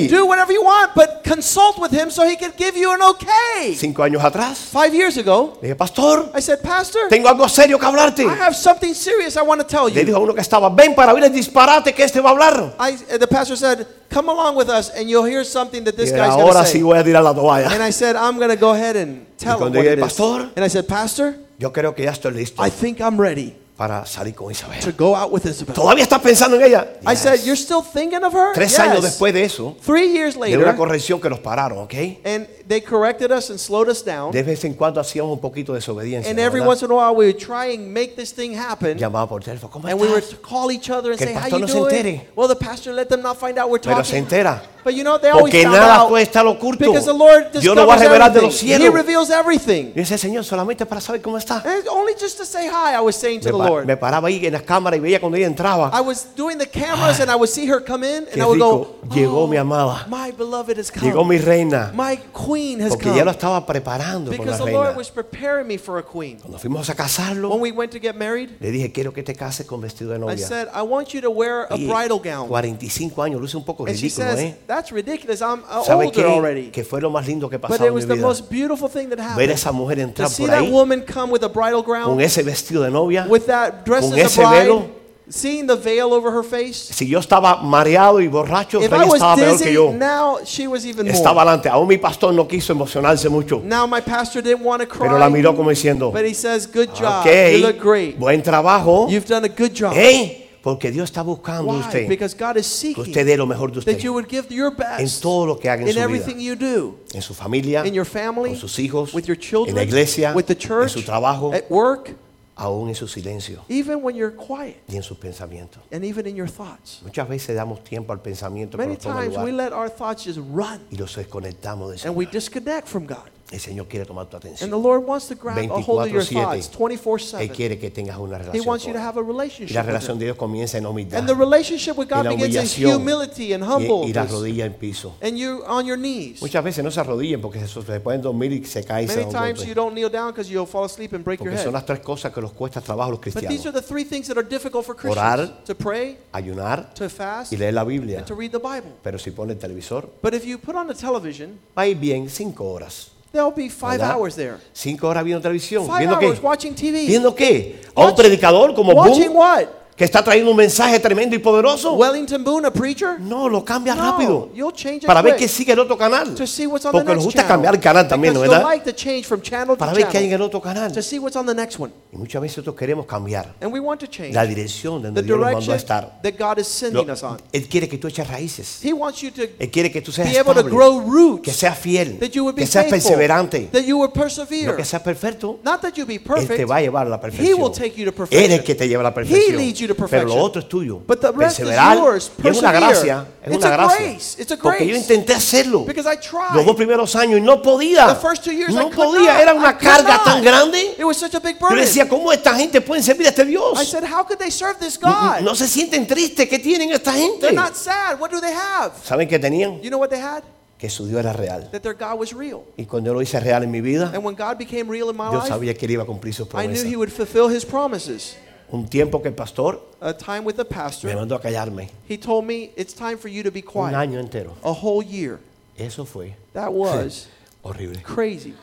ok.
do whatever you want, but consult with him so he can give you an okay.
Cinco años atrás,
Five years ago,
le dije, pastor,
I said, Pastor,
tengo algo serio que hablarte.
I have something serious I want to tell
Le
you.
dijo a uno que estaba, ven para ver el disparate que este va a hablar.
I, uh, the pastor said, "Come along with us, and you'll hear something that this
Y
guy's going
ahora
to
sí
say."
voy a tirar la toalla.
And I said, "I'm going to go ahead and tell him
cuando
what
llegue el
it is."
pastor-
And I said, "Pastor,
Yo creo que ya estoy listo
I think I'm ready
para salir con Isabel.
to go out with Isabel."
¿Todavía estás pensando en ella?
I said,
Yes.
"You're still thinking of her?"
Tres
Yes.
años después de eso,
Three years
de una
later,
corrección que nos pararon, ¿ok?
and they corrected us and slowed us down.
De vez en cuando hacíamos un poquito de desobediencia.
And
¿verdad?
every once in a while, we would try and make this thing happen.
Llamaba por teléfono, ¿cómo
And we would
estás?
call each other and
Que el
say, "How
pastor
you
no se
doing?"
entere.
Well, the pastor let them not find out we're
Pero se
talking.
entera.
But you know, what? they always
Porque
found
nada
out.
puede estar oculto.
Because the Lord discovers
Dios lo va a revelar de los
everything. He
cielos.
reveals everything.
Y ese Señor, solamente para saber cómo está.
And it's only just to say hi, I was saying to
Me,
the
pa- me
Lord.
paraba ahí en las cámaras y veía cuando ella entraba.
I was doing the cameras and I would see her come in
Qué
and I would
rico.
go, "Oh,
Llegó mi amada.
My beloved has
Llegó
come.
mi reina.
My queen has
Porque ya lo
come.
estaba preparando con
Because
la
the Lord
reina.
was preparing me for a queen.
Cuando fuimos a
When
casarlo,
we went to get married,
le dije, quiero que te cases con vestido de
I
novia.
said, I want you to wear a
Oh, Y
bridal gown.
45 años, luce un poco
And she
ridículo,
says,
¿eh?
That's ridiculous. I'm uh,
¿Sabe
older
qué?
already.
Que fue lo más lindo que
But
pasó
it
en mi
was the
vida.
most beautiful thing that
Ver a
happened.
esa mujer
To
entrar
see
por
that
ahí,
woman come with a bridal gown,
con ese vestido de novia.
with that dress
con
as
ese
a bride,
velo.
seeing the veil over her face.
Si yo estaba mareado y borracho,
If
ella
I
estaba
was
peor que
dizzy,
yo.
now she was even
Estaba
more.
adelante. Aún mi pastor no quiso emocionarse mucho,
Now my pastor didn't want to
pero la
cry,
miró como diciendo,
but he says, "Good job. You look
ok,
great.
buen trabajo.
You've done a good job."
¿eh? Porque Dios está buscando a
Why?
usted que
Because God is
usted
seeking
dé lo mejor de usted
that you would give your
en
best
todo lo que haga en
in
su vida.
everything you do,
en su familia,
in your family,
con sus hijos,
with your
en
children,
la iglesia,
with the
en
church,
su trabajo.
at work.
aún en su silencio
even when you're quiet
y en sus pensamientos.
and even in your thoughts.
Muchas veces damos tiempo al pensamiento que
Many
nos toma
times we
lugar
let our thoughts just run
y los desconectamos del
and we
Señor.
disconnect from God.
El Señor quiere tomar tu
And the
atención.
Lord wants to grab a hold of your
24/7.
thoughts 24
Él
7.
quiere que tengas una
He
relación.
wants you
Con
to
él.
have a
Y la
relationship. With
relación
him.
de Dios comienza en humildad.
And the relationship with
en
God
la
begins in
humillación
humility
y, y
and
las
humbleness.
rodillas en piso.
And you on your knees.
Muchas veces no se arrodillen porque se, se pueden dormir y se caen y se
Many
dan un
times you
golpe.
don't kneel down because you'll fall asleep and break your
pues. Porque son
head.
las tres cosas que nos cuesta trabajo a los
But these are
cristianos.
the three things that are difficult for Christians to pray,
Ayunar
to fast,
y leer la Biblia.
and to read the Bible.
Pero si pone el televisor,
But if you put on the television,
va a ir bien cinco horas.
there'll be five
¿verdad?
hours there.
Cinco horas viendo televisión.
Five
¿Viendo
hours
qué?
watching TV.
¿Viendo qué? A un
Watch-
predicador como
Watching
Boone
what?
que está trayendo un mensaje tremendo y poderoso.
Wellington Boone, a preacher?
No, lo cambia
No,
rápido.
you'll change it
Para ver
quick.
qué sigue el otro canal.
To see what's on the
Porque
next
nos gusta
channel.
cambiar el canal también, ¿no
Because
es
you'll
verdad?
like to change from channel
Para
to
ver qué hay en
channel.
el otro canal.
To see what's on the next one.
Y muchas veces nosotros queremos cambiar
And we want to change.
la dirección de
The
donde Dios nos mandó a
direction
estar.
that God is
Lo-
sending us on.
él quiere que tú eches raíces.
He wants you to
Él quiere que tú seas
be able to
estable,
grow
que
roots.
seas fiel,
That you would be
que seas
faithful.
perseverante,
That you would
no
persevere.
que seas perfecto.
Not that you be
Él te
perfect.
va a llevar a la
He
perfección.
will take you to
Él
perfection.
es el que te lleva a la perfección.
He leads you to
Pero lo
perfection.
otro es tuyo.
But the rest is
Perseverar
yours.
y es una
Persevere.
gracia. Es
It's
una
a
gracia.
grace. It's a
Porque yo
grace.
intenté hacerlo
Because I tried.
los dos primeros años y no podía.
The first two years I
no
could
podía.
not.
Era
I
una
could
carga
not.
tan grande.
It was such a big
Yo
burden.
decía, ¿cómo esta gente puede servir a este Dios?
I said, how could they serve this
No-
God?
No se sienten tristes. ¿Qué tienen esta gente?
They're not sad. What do they have?
¿Saben qué tenían?
You know what they had?
Que su Dios era real.
That their God was real.
Y cuando yo lo hice real en mi vida,
And when God became real in my
Dios
life,
sabía que él iba a cumplir sus
I knew
promesas.
He would fulfill His promises.
Un tiempo que el pastor
A time with the
me
pastor,
mandó a callarme.
he told me, it's time for you to be
Un
quiet.
año entero.
A whole year.
Eso fue
That was
horrible.
crazy.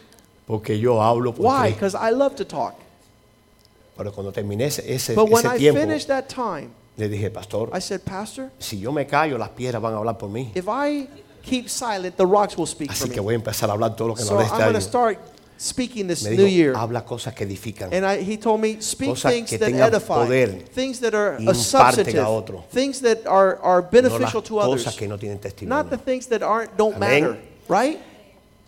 Porque yo hablo por
Why?
ti.
Because I love to talk.
Pero cuando terminé ese, ese,
But when
ese
I
tiempo,
finished that time,
le dije, pastor,
I said, Pastor,
si yo me callo, las piedras van a hablar por mí.
if I keep silent, the rocks will speak for
Así que
me.
voy a empezar a hablar todo lo que no
So
hablé
I'm
este
going to
año.
start speaking this
Me
new
dijo,
year.
habla cosas que edifican.
And I, he told me, speak
Cosas
things
que
that
tengan
edify,
poder
things that are
y imparten
a
a
substantive,
otro.
things that are,
no
are
las
beneficial to
cosas
others,
que no tienen
not the
testimonio.
things that aren't don't
Amén.
matter, right?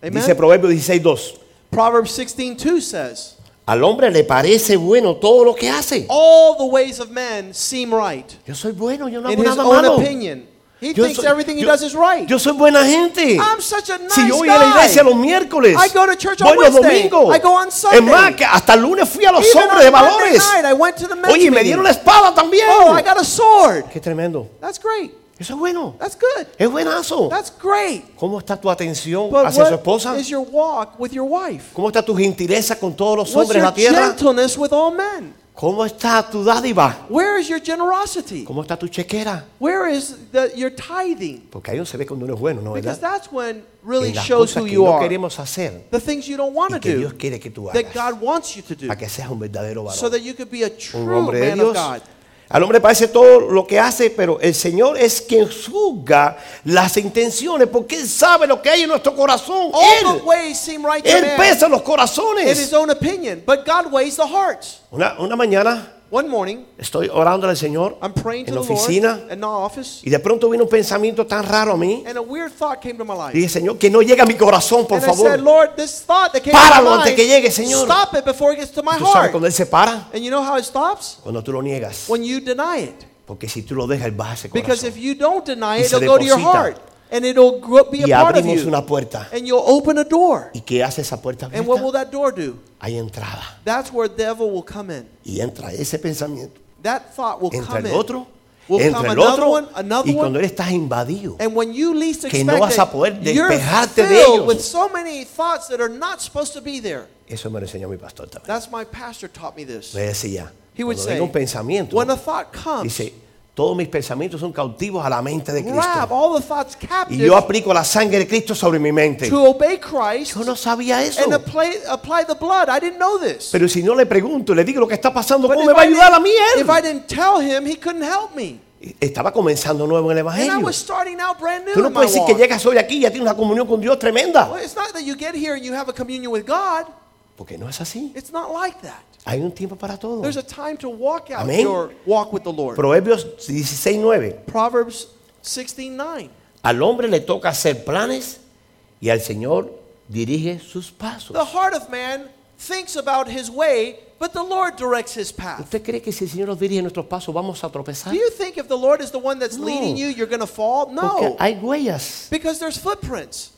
Dice
Amen.
Proverbios 16.2.
Proverbs 16:2 says,
Al hombre le parece bueno todo lo que hace.
"All the ways of men seem right
Yo soy bueno, yo no
in
hago
his
nada
own
malo.
opinion. He
Yo
thinks
soy-
everything he
yo-
does is right.
Yo soy buena gente.
I'm such a nice
si yo voy a la iglesia
guy.
los miércoles,
I go to church on
voy los
Wednesday.
domingos.
I go on
Es más,
Sunday.
que hasta el lunes fui a los
Even
hombres de
on Monday
valores.
night, I went to the men's
Oye, y me
meeting.
dieron la espada también.
Oh, I got a sword.
Qué tremendo.
That's great.
Eso es bueno.
That's good.
Es buenazo.
That's great.
¿Cómo está tu atención
But
hacia su
what
esposa?
is your walk with your wife?
¿Cómo está tu gentileza con todos los
What's
hombres en
your
la tierra?
gentleness with all men?
¿Cómo está tu dádiva?
Where is your generosity?
¿Cómo está tu chequera?
Where is the, your tithing?
Porque ahí no se ve cuando uno es bueno, ¿no?
Because
¿verdad?
that's when
En
really
las
shows
cosas
who
que
you
no
are.
queremos hacer
The things you don't want
y
to
que Dios
do
quiere que tú
that
hagas.
God wants you to do
para que seas un verdadero
so
varón,
that you could be a
un
true
hombre de
man of
Dios.
God.
Al hombre parece todo lo que hace, pero el Señor es quien juzga las intenciones, porque Él sabe lo que hay en nuestro corazón.
All
Él,
the ways seem right to
Él
man
pesa los
in his
corazones.
own opinion, but God weighs the hearts.
Una, una mañana
One morning,
estoy orando al Señor
I'm praying to
en la
the
oficina
Lord in the office,
y de pronto vino un pensamiento tan raro a mí.
and a weird thought came to my life.
Y dije, Señor, que no llegue a mi corazón, por
and I said,
favor.
Lord, this thought that came to
Páralo
my
antes
mind,
que llegue, Señor."
stop it before it gets to my
Tú sabes
heart.
cuando Él se para,
And you know how it stops?
cuando tú lo niegas.
When you deny it.
Porque si tú lo dejas, Él baja ese
Because
corazón.
if you don't deny
Y
it,
se
it'll go to your
deposita.
heart. And it'll grow, be a
Y
part of you.
abrimos una puerta.
And you'll open a door.
¿Y qué hace esa puerta
And what will
abierta?
that door do?
Hay entrada.
That's where the devil will come in.
y entra ese pensamiento
That thought will
entra
come
el
in.
otro
will come
entra el
another
otro
one, another
y cuando
one.
él estás invadido
And when you least
que
expect
no vas a poder
it, you're
despejarte de ellos.
filled with so many thoughts that are not supposed to be there.
eso me lo enseñó mi pastor también
That's my pastor taught me this.
me decía
He would
cuando
say,
venga un pensamiento
when a thought comes,
dice todos mis pensamientos son captivos a la mente de
grab
Cristo
all the thoughts
y
captive
yo aplico la sangre de Cristo sobre mi mente
to obey Christ
yo no sabía eso
and apply, apply the blood. I didn't know this.
pero si no le pregunto le digo lo que está pasando
But
¿cómo
if
me va a
I
ayudar a
didn't-
mí
If I
él?
didn't tell him, he couldn't help me.
estaba comenzando nuevo en el
And I
Evangelio
was starting out brand new
tú no
in my
puedes decir que
walk.
llegas hoy aquí y ya tienes una comunión con Dios
Well,
tremenda
it's not that you get here and you have a communion with God.
porque no es así
It's not like that.
hay un tiempo para todo
There's a time to walk out
Amén.
your walk with the Lord.
Proverbios 16:9.
Proverbs 16:9.
Al hombre le toca hacer planes y al Señor dirige sus pasos.
The heart of man thinks about his way, but the Lord directs his path.
¿Usted cree que si el Señor nos dirige nuestros pasos vamos a tropezar?
Do you think if the Lord is the one that's leading
No.
you, you're going to fall?
Porque
No,
hay huellas.
because there's footprints.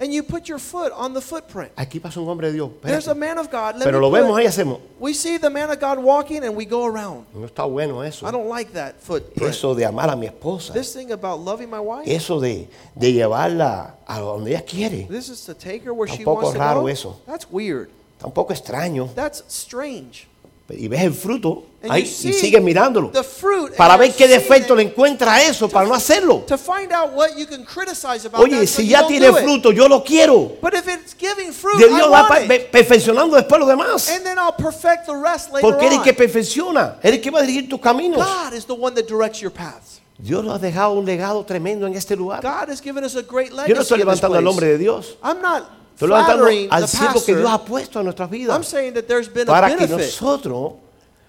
And you put your foot on the footprint.
Aquí pasa un hombre de Dios. espérate.
There's a man of God. Let
Pero
me
lo
put-
vemos ahí hacemos.
We see the man of God walking and we go around.
No está bueno eso.
I don't like that footprint.
Eso de amar a mi esposa.
This thing about loving my wife,
Eso de, de llevarla a donde ella quiere.
this is to take her where
Está
she
un poco
wants to
raro
go.
eso.
That's weird.
Está un poco extraño.
That's strange.
Y ves el fruto
And
ahí,
you
y
see
sigues mirándolo.
the fruit, and
Para ver
you're
qué
seeing
defecto
it.
le encuentra a eso para no hacerlo.
To find out what you can criticize about
Oye,
that,
si
but
ya
you
tiene
don't do it.
fruto, yo lo quiero.
But if it's giving fruit,
De
I
Dios va
want
pa-
it.
pe- perfeccionando después los demás.
And then I'll perfect the rest later
Porque eres el
on.
que perfecciona. Eres el que va a dirigir tus caminos.
God is the one that directs your paths.
Dios nos ha dejado un legado tremendo en este lugar.
God has given us a great legacy.
Yo no estoy
in this
levantando al
place.
hombre de Dios.
I'm not
Estoy levantando
flattering
al
the
siervo que
pastor.
Dios ha puesto en nuestras
I'm
vidas.
saying that there's been a
Para que
benefit.
nosotros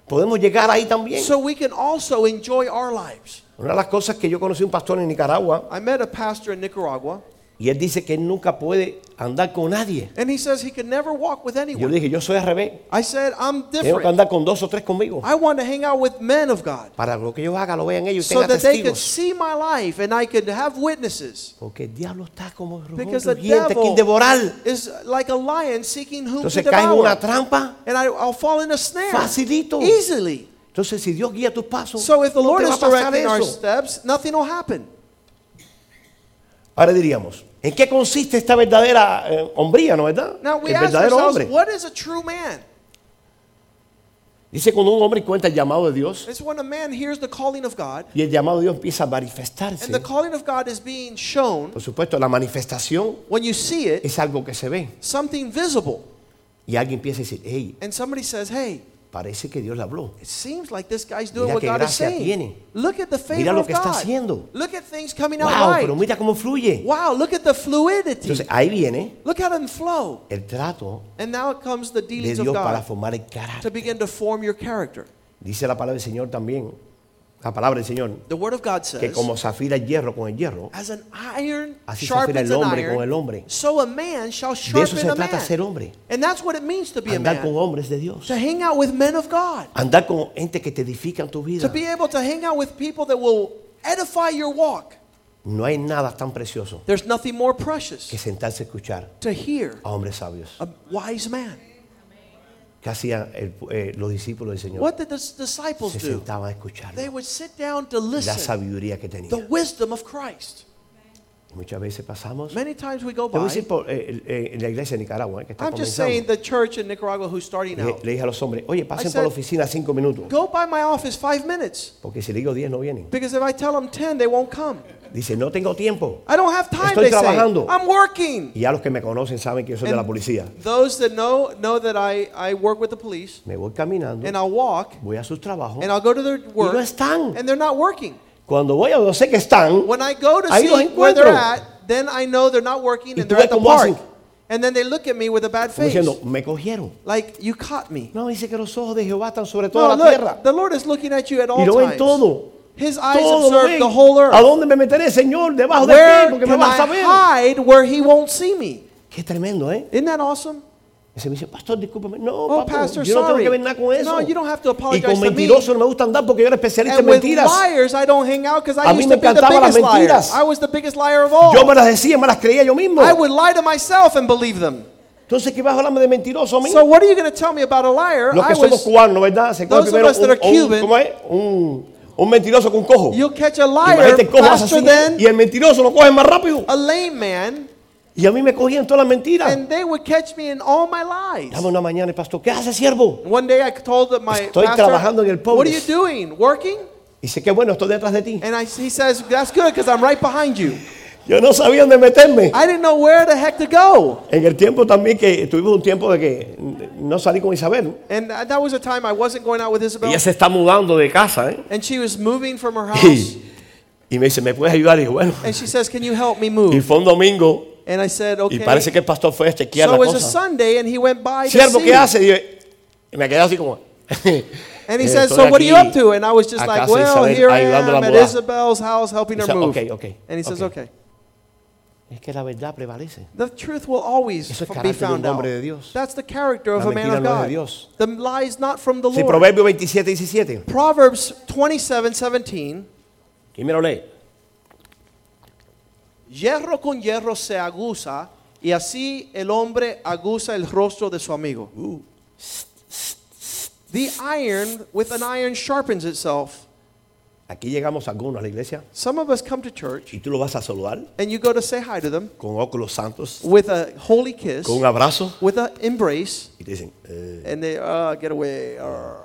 podemos llegar ahí también.
So we can also enjoy our lives.
Una de las cosas que yo conocí a un pastor en Nicaragua
I met a pastor in Nicaragua,
y él dice que él nunca puede andar con nadie.
and he says he could never walk with
Yo
anyone.
le dije, yo soy al revés.
I said, I'm
Tengo que
different.
andar con dos o tres conmigo.
I want to hang out with men of God
Para lo que yo haga lo vean ellos y
so
tengan
that they could
testigos.
see my life and I could have witnesses.
Porque el diablo está como
Because the
rugiente,
devil
quien devorar.
is like a lion seeking whom to
Entonces cae en una
devour.
trampa.
And I, I'll fall in a snare
Facilito.
easily.
Entonces si Dios guía tus pasos,
So if the
no
Lord
te va
is
a pasar
directing our
eso.
steps, nothing will happen.
Ahora diríamos, ¿en qué consiste esta verdadera eh, hombría, no verdad?
Now we
El
ask
verdadero
ourselves,
hombre.
what is a true man?
Dice cuando un hombre encuentra el llamado de Dios
It's when a man hears the calling of God,
y el llamado de Dios empieza a
and
manifestarse.
the calling of God is being shown.
Por supuesto, la manifestación
When you see it,
es algo que se ve.
something visible,
Y alguien empieza a decir, hey,
and somebody says, "Hey,
parece que Dios le habló.
it seems like this guy's doing
Mira
what
qué
God is
gracia
saying.
tiene.
Look at the favor
lo
of
que está
God.
haciendo.
Look at things coming out
Wow,
right.
pero mira cómo fluye.
Wow, look at the fluidity.
Entonces ahí viene
look at them flow."
el trato
And now comes the
de
dealings
Dios
of
para
God
formar el
to
carácter.
begin to form your character.
Dice la palabra del Señor también, la palabra del Señor,
The Word of God
que
says,
como zafira el hierro con el hierro,
as an iron
Así se afila
sharpens
el
an
hombre con el
iron,
hombre.
so a man shall
de eso
sharpen
se
a
trata ser
man.
hombre.
And that's what it means to be a
Andar con
man.
hombres de Dios.
To hang out with men of God.
Andar con gente que te edifican tu
To
vida.
be able to hang out with people that will edify your walk.
No hay nada tan precioso
There's nothing more
que
precious
sentarse a escuchar
to hear
a hombres sabios.
a wise man.
que hacían el- eh, los discípulos del Señor?
What did the s- disciples
Se
do?
sentaban a
They
escucharlo.
would sit down to
La
listen.
sabiduría que
The
tenían.
wisdom of Christ.
Muchas veces pasamos. Te
Many times we go
voy a
by.
decir por eh, el- eh, la iglesia de Nicaragua, eh, que está
I'm just saying
comenzando.
the church in Nicaragua who's starting
Le,
out.
le dije a los hombres, oye, pasen
I
por la
said,
oficina cinco minutos.
Go by my office five minutes
Porque si le digo diez, no vienen.
because if I tell them ten, they won't come.
Dice, no tengo tiempo.
I don't have time.
Estoy
they say.
trabajando.
I'm working.
Y ya los que me conocen saben que yo soy de la
And
policía.
Those that know know that I, I work with the police
Me voy caminando,
and I'll walk
voy a sus trabajos.
and I'll go to their work
no están.
and they're not working.
Cuando voy a donde sé que están,
When I go to
Ahí
see
los
where they're
encuentro.
at, then I know they're not working
Y
and
tú
they're at
ves
the
cómo
park.
hacen.
And then they look at me with a bad
como
face.
diciendo, me cogieron.
Like you caught me.
No, dice que los ojos de Jehová están sobre
No,
toda la
look,
tierra.
the Lord is looking at you at all
Y lo ven
times.
todo.
His eyes
Todo lo
observe
ven.
the whole earth.
¿A dónde me meteré, Señor? Debajo de
Where
ti, porque me
can
vas a
I
ver.
hide where he won't see me?
Qué tremendo, ¿eh?
Isn't that awesome?
Y se me dice, pastor, discúlpame. No,
Oh,
papo,
pastor,
yo no tengo
sorry.
que ver nada con eso.
No, you don't have to
y
apologize
con
to me.
mentirosos no me gusta andar porque yo era especialista en
And with
mentiras.
liars, I don't hang out because I
A mí
used
me
to be the
encantaban las
biggest liar.
mentiras.
I was the biggest liar of all.
Yo me las decía, me las creía yo mismo.
I would lie to myself and believe them.
Entonces, ¿qué vas a hablarme de mentiroso a mí?
So what are you going to tell me about a liar?
Los
I
que somos
was,
cubanos, ¿verdad? Se coge
Those
primero
of us that are
un, un-
Cuban-
¿cómo es? Un, un mentiroso con cojo.
you'll catch a liar
Imagínate el cojo hace
faster
así,
than
y el mentiroso lo coge más rápido.
a lame man,
Y a mí me cogían todas las mentiras.
and they would catch me in all my lies.
Dame una mañana, el pastor. ¿Qué hace, siervo?
One day I told my
Estoy
pastor,
trabajando en el
"What are
Pobres."
you doing? Working?"
Y dice, qué bueno, estoy detrás de ti.
And I, he says, "That's good because I'm right behind you."
Yo no sabía dónde meterme.
I didn't know where the heck to go.
En el tiempo también que tuvimos un tiempo de que no salí con Isabel.
And that that was a time I wasn't going out with Isabel.
Ella se está mudando de casa, ¿eh?
And she was moving from her house.
Y, y me dice, ¿me puedes ayudar? Y digo, bueno.
and she says, Can you help me
Y
move?
fue un domingo.
And I said, Okay.
Y parece que el pastor fue a chequear
so
la
it was a
cosa.
Sunday and he went by to
Siervo,
see
¿qué
me.
hace? Y, yo- y me quedé así como.
And he
eh,
says,
estoy
So what are you
aquí
up to? And I was just
a
like,
casa de
Well,
Isabel
here I
ayudándola
am
a
at
mudar."
Isabel's house helping
Y
her
dice,
move.
"Okay, okay,
And he says,
okay."
Okay.
es que la verdad prevalece.
The truth will always
Eso es
f-
carácter de
be
un
found out.
hombre de Dios.
That's the character of
La
a man
mentira
of
no es de
God.
Dios.
The lie is not from the
Sí,
Lord.
Proverbio 27, 17.
Proverbs 27, 17.
¿Quién me lo lee?
Hierro con hierro se aguza y así el hombre aguza el rostro de su amigo. The iron with an iron sharpens itself.
Aquí llegamos algunos a la iglesia
Some of us come to church
y tú lo vas a saludar
and you go to say hi to them
con óculos santos,
with a holy kiss,
con un abrazo
with an embrace,
y te dicen, eh,
and they uh, get away. uh.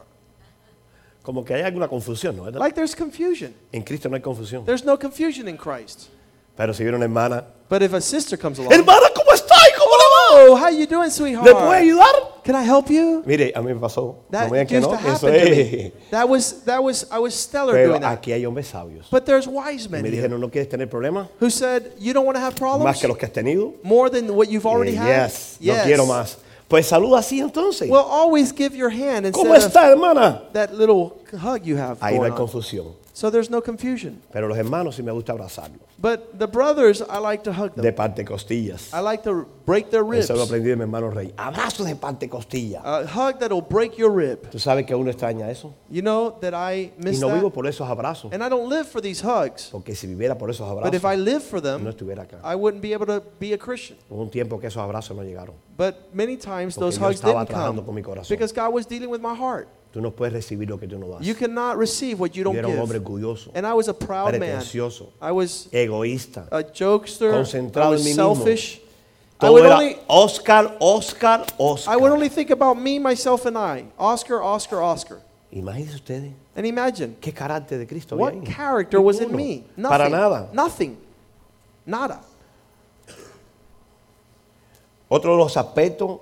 como que hay alguna confusión, ¿no? ¿Verdad?
Like there's confusion.
En Cristo no hay confusión.
There's no confusion in Christ.
Pero si viene una hermana,
But if a sister comes along,
hermana, ¿cómo está? ¿Y cómo le
oh, how you doing,
va? ¿Le puedo
sweetheart?
ayudar?
Can I help you?
Mire, a mí me pasó.
That
no me digan que
used
no.
to
Eso
happen to me.
es.
That was that was I was stellar
Pero
doing that.
aquí hay hombres sabios.
But there's wise
Y
men
me
here
dijeron, ¿no quieres tener problemas?
who said, "You don't want to have
Más
problems
que los que has tenido.
more than what you've already
Eh,
had."
yes, no quiero más. Pues saluda así entonces.
Well, always give your hand instead
¿Cómo está, hermana?
of that little hug you have
Ahí no hay
going on.
confusión.
So there's no confusion.
Pero los hermanos sí me gusta abrazarlos.
But the brothers, I like to hug them.
De parte de costillas.
I like to break their ribs.
Eso lo aprendí de mi hermano Rey. Abrazos de parte de costillas.
A hug that'll break your rib.
Tú sabes que uno extraña eso.
You know that I
Y
miss
no
that.
vivo por esos abrazos.
And I don't live for these hugs.
Porque si viviera por esos
But if I
abrazos,
live for them,
no estuviera acá.
I wouldn't be able to be a Christian.
Hubo un tiempo que esos abrazos no llegaron.
But many times
Porque Dios
those hugs
estaba
didn't
trabajando con mi
come
corazón.
because God was dealing with my heart.
Tú no puedes recibir lo que tú no das.
You cannot receive what you
Yo
don't
era un hombre
give.
orgulloso,
And I was a proud man.
pretencioso,
I was
egoísta.
a jokester. I
Concentrado en mí
was
mismo.
selfish. I
Todo
would
era
only
Oscar, Oscar,
I would only
Oscar.
think about me, myself, and I. Oscar, Oscar, Oscar.
Imagínense ustedes
And imagine
qué carácter de Cristo había
what
ahí.
character was in
Ninguno.
me. Nothing.
Para nada.
Nothing. Nada.
Otro de los aspectos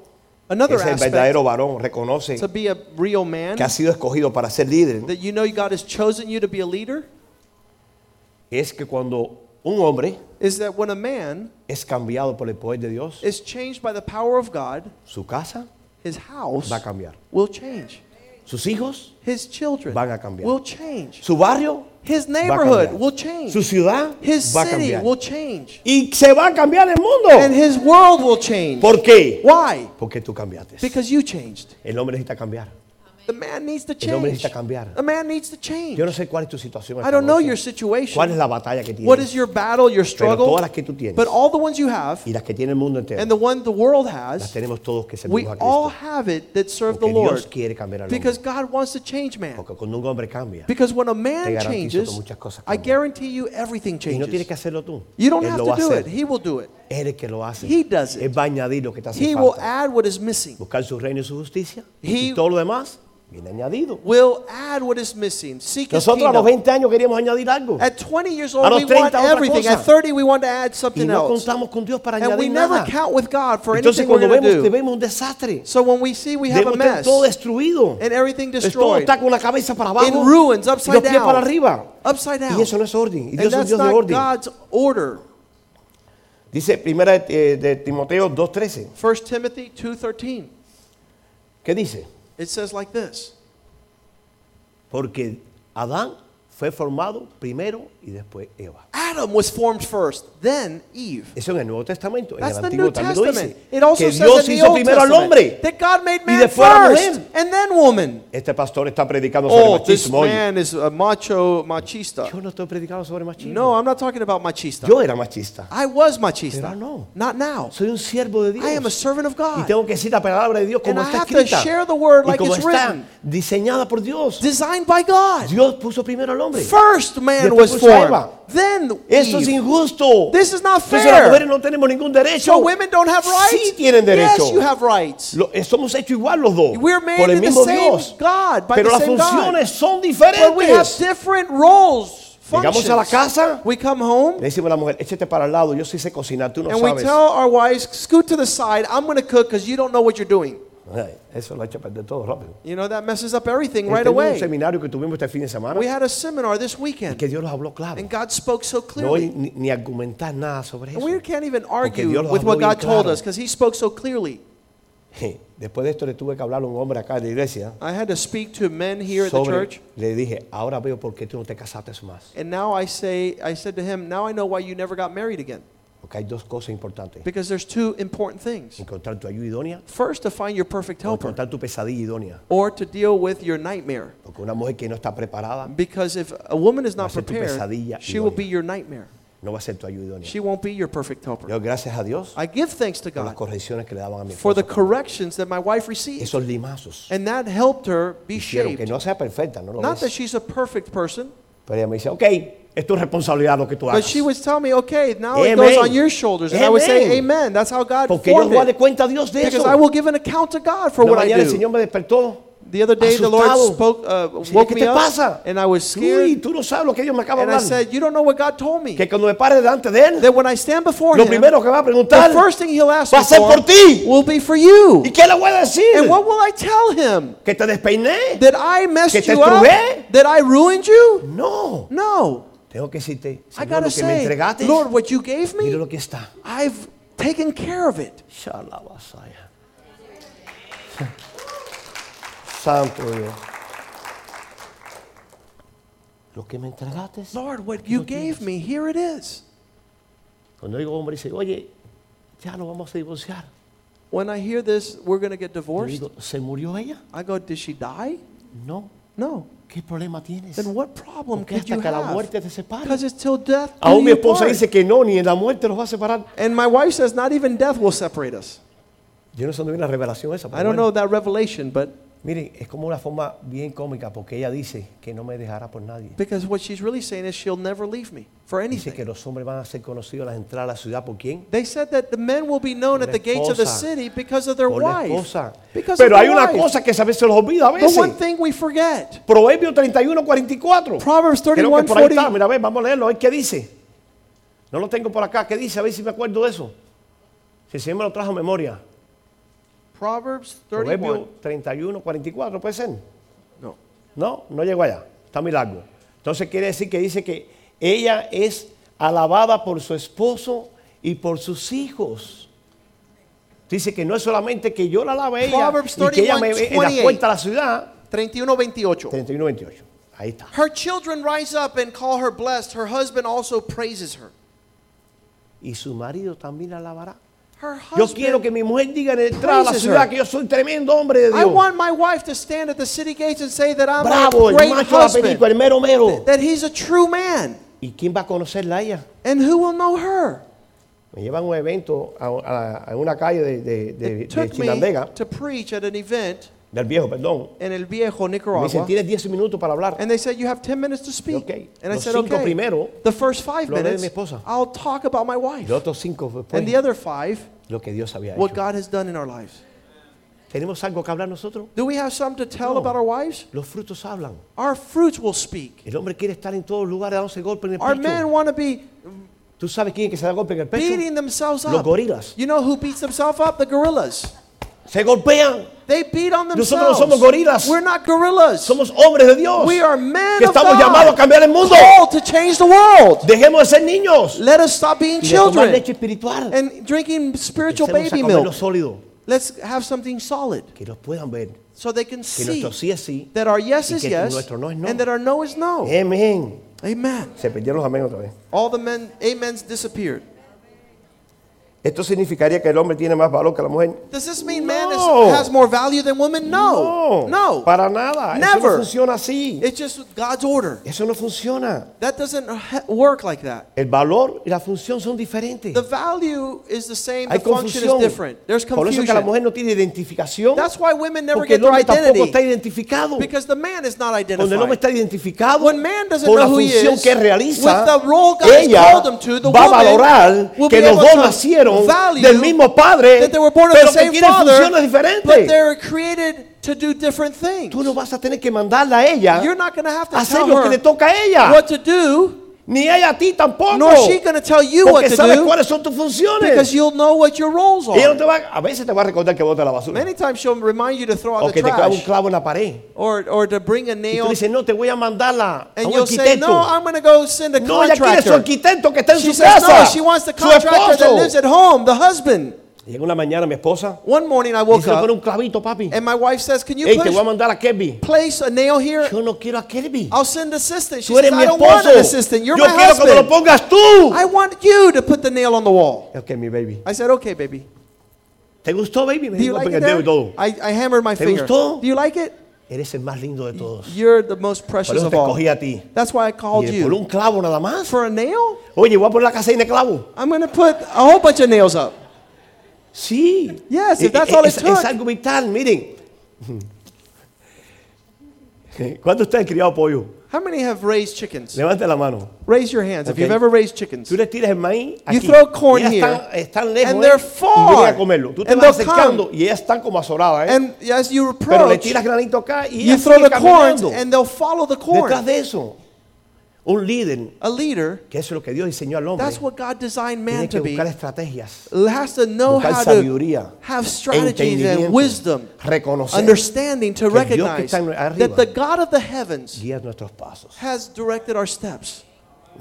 Another
es el
aspect
verdadero varón reconoce
to be a real man
que ha sido escogido para ser líder.
that you know God has chosen you to be a leader
Es que cuando un hombre
is that when a man
es cambiado por el poder de Dios,
is changed by the power of God,
su casa
his house
va a cambiar.
will change.
Sus hijos,
His children
Van a cambiar.
will change.
su barrio,
His
va a
neighborhood
cambiar.
will change.
Su ciudad
His
va a
city
cambiar.
will change.
Y se va a cambiar el
And
mundo.
his world will change.
¿Por qué?
Why?
Porque tú cambiaste.
Because you changed.
El hombre necesita cambiar.
The man needs to
El hombre
change.
necesita cambiar.
The man needs to change.
Yo no sé cuál es tu situación.
I don't know
esta
your
noche.
situation.
¿Cuál es la batalla que tienes?
What is your battle, your struggle?
todas las que tú tienes.
But all the ones you have
y las que tiene el mundo entero.
and the one the world
las
has,
tenemos todos que servimos
we
a
all
Cristo.
have it that serve the
Porque Dios
Lord.
quiere cambiar al hombre.
Because God wants to change man.
Porque cuando un hombre cambia,
Because when a
Te
man
garantizo que
changes,
muchas cosas
I
cambian.
guarantee you
y
everything
no tienes
changes.
que hacerlo tú.
You don't
Él
have
lo
to
va a
do
hacer.
it. He will do it.
Él es el que lo hace.
He does it.
Él va a añadir lo que te hace
He will
falta.
add what is missing.
Buscar su reino y su justicia. y
He-
todo lo demás viene añadido.
Will add what is missing. Seek his
Nosotros a los
kingdom.
20 años queríamos añadir algo.
At 20 years
A
old,
los
we want
30 otra
everything.
cosa.
At 30, we want to add
Y
something
no
else.
contamos con Dios para
And we
añadir
never
nada.
count with God for
Entonces
anything
cuando
we're going
vemos,
to
te
do.
vemos un desastre.
So when we see we have
Debemos
a
tener
mess
todo destruido.
and everything
Es Todo
destroyed,
está con la cabeza para abajo.
In ruins, upside
y los pies
down.
para arriba.
upside down,
Y eso no es orden. Y
and
Dios es un
that's
Dios de
not
orden.
God's order.
Dice primera de, eh, de Timoteo 2.13.
1 Timothy 2.13,
¿Qué dice?
it says like this.
Porque Adán fue formado primero y después Eva.
Adam was formed first, then Eve.
Eso en el Nuevo Testamento. En
That's
el
the
Antiguo
New
también lo
Testament.
dice.
It also
Que
says in
Dios
the
hizo
Old
primero al hombre.
Testament that God made man
después a la
first
mujer.
and then woman.
Este pastor está predicando sobre
Oh, this
machismo hoy.
man is a macho
Yo
machista.
no estoy predicando sobre machismo.
No, I'm not talking about machista.
Yo era machista.
I was
Pero
machista.
no.
Not now.
Soy un siervo de Dios.
I am a servant of
Y
God.
tengo que decir la palabra de Dios como
And I
está
have to
escrita.
share the word
y
like
como
it's
está
written.
diseñada por Dios.
Designed by God.
Dios puso primero al hombre.
First man
Después
was
puso a
formed.
Eva.
Then
Eso es
Eve.
injusto.
This is not
Entonces las
fair.
mujeres no tenemos ningún derecho.
So women don't have rights?
Sí tienen derecho.
Yes, you have rights.
Lo- eh, somos hechos igual los dos.
We're made
por el
in the
mismo
same
Dios.
God, by
Pero
the
las
same God.
funciones son
But we have
diferentes.
different roles.
Llegamos a la
functions.
casa.
We come home
Le decimos a la mujer, échate para el lado, yo sí sé cocinar, tú no
and we
sabes.
tell our wives, scoot to the side. I'm going to cook because you don't know what you're doing.
Ay, Eso lo ha hecho perder todo rápido.
You know, that messes up everything
Este
right
es un
away.
seminario que tuvimos este fin de semana
We had a seminar this weekend
que Dios los habló claro.
and God spoke so
No voy
clearly.
ni, ni argumentar nada sobre
And we
eso.
can't even
Dios
argue
lo
with
habló
what
bien
God told
claro.
us because He spoke so clearly.
Después de esto le tuve que hablar a un hombre acá de la iglesia.
I had to speak to men here at the
sobre-
church.
le dije, ahora veo por qué tú no te casaste más.
And now I say, I said to him, now I know why you never got married again.
Porque hay dos cosas importantes.
Because there's two important things.
Encontrar tu ayuda idónea
First, to find your perfect
o
helper,
encontrar tu pesadilla idónea.
or to deal with your nightmare.
Porque una mujer que no está preparada
Because if a woman is
Va a
not
ser tu pesadilla
prepared, she will
idónea.
be your nightmare.
no va a ser tu ayuda idónea.
She won't be your perfect helper.
Yo gracias a Dios
I give thanks to
por las
God
correcciones que le daban a mi
for the
esposa.
corrections that my wife received.
Esos limazos.
And that helped her be
Hicieron que
shaped.
no sea perfecta, no lo
Not that
es.
she's a perfect person,
Pero ella me dice, ok, es tu responsabilidad lo que tú
but
hagas.
she would tell me, okay, now it goes
Amen.
on your shoulders. And I would say,
Amen.
amen. That's how God
Porque yo
formed
daré
it.
cuenta a Dios de
Because
eso.
I will give an account to God for
Una
what I
mañana el Señor
do.
me despertó.
The other day, the Lord
asustado.
spoke, uh,
Dije,
woke
¿Qué
me
te
up,
pasa?
and I was
Uy,
scared.
tú no sabes lo que Dios me acaba
And
de
I
hablar.
said, you don't know what God told me.
Que cuando me pare delante de Él,
That when I stand before
lo
Him, the
primero que va a preguntar,
first thing He'll ask
va
me
a ser por ti.
for will be for you.
¿y qué le voy a decir?
And what will I tell Him?
¿Que te despeiné?
That I
Que
messed
te
you up?
estrubé?
That I ruined you?
No,
No.
tengo que decirte,
I
Señor,
gotta
lo que me
say,
entregaste,
Lord, what you gave
mira
me,
lo que está.
I've taken care of it.
Shalabasaya. Santo Dios. Lo que me entregaste.
Lord, what you gave me, here it is.
Cuando digo hombre dice, oye, ya lo vamos a divorciar.
When I hear this, we're going to get
Yo
divorced,
digo, ¿se murió ella?
I go, did she die?
No.
No.
¿Qué problema tienes?
Then what problem
Porque
could
hasta
you
que la
have?
muerte te separe.
Because it's till death. do
Aún mi
you
esposa
part.
dice que no, ni en la muerte nos va a separar.
And my wife says, not even death will separate us.
Yo no sé dónde viene la revelación esa. pero
I don't
bueno.
know that revelation, but
Miren, es como una forma bien cómica porque ella dice que no me dejará por nadie.
because what she's really saying is she'll never leave me for
Dice que
anything.
los hombres van a ser conocidos a las entradas a la ciudad por quién?
They said that the men will be known
Por
at
la
the gates of the
esposa.
city because of their
Por la
wife.
esposa.
Because
Pero
of
hay
their
una
wife.
cosa que a veces se los olvida a
The one
veces.
thing we forget.
Proverbio 31, 44.
Proverbs
Creo que
31,
por ahí está.
40,
Mira, a ver, vamos a leerlo. A ver qué dice. No lo tengo por acá. ¿Qué dice? A ver si me acuerdo de eso. Si el Señor me lo trajo a memoria.
Proverbs 31.
Proverbio 31, 44, puede ser.
No.
No, no llegó allá. Está muy largo. Entonces quiere decir que dice que ella es alabada por su esposo y por sus hijos. Dice que no es solamente que yo la alabe a ella
Proverbs
y que ella me
31,
en la puerta a la ciudad.
31, 28.
31, 28. Ahí está.
Her children rise up and call her blessed. Her husband also praises her.
Y su marido también la alabará.
Her
Yo
husband.
quiero que mi mujer diga en el entrada a la
praises
ciudad
her.
que yo soy tremendo hombre de
I
Dios.
want my wife to stand at the city gates and say that I'm
Bravo,
a
el
great
macho de la
husband,
película, el mero mero.
that he's a true man.
¿Y quién va a conocerla a ella?
And who will know her?
Me llevan a un evento a, a- a una calle de, de, de- de
It took me
Chinandega,
to preach at an event
del viejo, perdón.
in El Viejo,
Me dicen,
Nicaragua.
tienes 10 minutos para hablar.
And they said, You have 10 minutes to speak.
Okay.
And I
Los
said,
cinco
Okay.
primero,
the first five
lo haré de
minutes,
mi esposa.
I'll talk about my wife.
Los otros 5 después,
And the other five,
lo que Dios había
what
hecho.
God has done in our lives.
¿Tenemos algo que hablar nosotros?
Do we have something to tell
No.
about our wives?
Los frutos hablan.
Our fruits will speak.
El hombre quiere estar en todos lugares dándose golpe en el
Our men
pecho.
want to be
¿Tú sabes quién es que se da golpe en el pecho?
beating themselves
Los
up.
gorilas.
You know who beats themselves up? The gorillas.
Se golpean.
They beat on
Nosotros
themselves.
no somos gorilas.
We're not gorillas.
Somos hombres de Dios.
we are men
Que
of
estamos
God,
llamados a cambiar el mundo.
called to change the world.
Dejemos de ser niños.
Let us stop being
Y de tomar
children
leche espiritual.
and drinking spiritual
Empecemos
baby
a comer lo
milk.
sólido.
Let's have something solid
Que los puedan ver.
so they can
Que
see
nuestro sí es sí.
that our yes
y
is
que
yes
nuestro no es no. Eh.
and that our no is no.
Amén.
Amen.
Se perdieron los amén otra vez.
All the men amens disappeared.
Esto significaría que el hombre tiene más valor que la mujer.
Does this mean man
No.
is, has more value than woman? No.
Para nada. Eso no
Never.
funciona así.
It's just God's order.
Eso no funciona.
That doesn't he- work like that.
El valor y la función son diferentes.
The value is the same,
Hay
the function
confusión.
is different. There's
Por eso es que la
confusion.
mujer no tiene identificación.
That's why women never
Porque
get
el
their
hombre tampoco está
identity.
identificado.
Because the man is not
Cuando el hombre
identified.
está identificado
When man doesn't
por la
know who he
función
is,
que realiza,
with the role God has
ella
called him to, the
va a
woman
valorar
will
que
be
los
able
dos
to
nacieron
value
del mismo padre,
That they were born of
pero
the
que
same
tienen funciones
father, but
diferentes.
they're created to do different things.
Tú no vas a tener que mandarla a ella
You're not going to have
a
to
hacer
tell
lo que le
her
toca a ella,
what to do,
ni ella a ti tampoco.
nor is she going to tell you what
porque
to
sabes
do,
cuáles son tus funciones.
because you'll know what your roles
Ella no te
are.
va, a veces te va a recordar que bote la basura
Many times she'll remind you to throw
o
out the
que te clava un
trash
clavo en la pared.
or, or to bring a
Y tú
nail.
dices, no, te voy a mandarla a
And
un
you'll say,
arquitecto.
no, I'm going to go send a
No, ella quiere su
contractor.
arquitecto que está en su
She says,
casa.
no, she wants the
su
contractor that
esposo.
lives at home, the husband.
Llegó una mañana mi esposa.
One morning I woke
Dice, "Ah, pone
up
un clavito, papi.
and my wife says, Can you
Ey, te
please
voy a mandar a Kirby.
place a nail here?
Yo no quiero a Kirby.
I'll send assistant. She
Tú eres
says,
mi
Ah, I don't want an
esposo.
assistant. You're
Yo
my
quiero que me lo
husband.
pongas tú.
I want you to put the nail on the wall.
Ok, mi baby.
I said, Okay, baby.
¿Te gustó, baby? Me
Do you
dijo
like
con
it
el dedo y todo.
there? I, I hammered my
¿Te
finger. Do
gustó?
you like it?
Eres el más lindo de todos.
You're the most
Por
precious
eso
of
te
all.
escogí a ti.
That's why I called
Y por
you.
un clavo nada más.
For a nail?
Oye, voy a poner la casa de clavo.
I'm going to put a whole bunch of nails up.
Sí.
Yes,
E-
if that's
e-
all it
es, es
took.
algo vital, miren. ¿Cuántos de ustedes han criado pollo?
How many have raised chickens?
Levante la mano.
Raise your hands if
Okay.
you've ever raised chickens.
Tú le tiras el maíz
You
aquí.
throw corn
Ellas
here,
están, están lejos.
and
¿eh?
they're
Y
far,
vienen a comerlo. Tú te
and
vas
they'll
acercando y ellas están como azoradas. ¿eh?
And as you
Pero le
approach,
tiras granito acá y
you
ellas
throw
siguen
the corn
caminando.
and they'll follow the
Detrás
corn.
de eso, un líder,
A leader,
que eso es lo que Dios diseñó al hombre,
that's what God designed man
tiene
to
que
be,
buscar estrategias.
has to know
buscar
how
sabiduría,
to have strategies
entendimiento,
and wisdom,
reconocer
understanding
que
to
el Dios que
recognize
está en- arriba
that the God of the heavens
Guía nuestros pasos.
has directed our steps.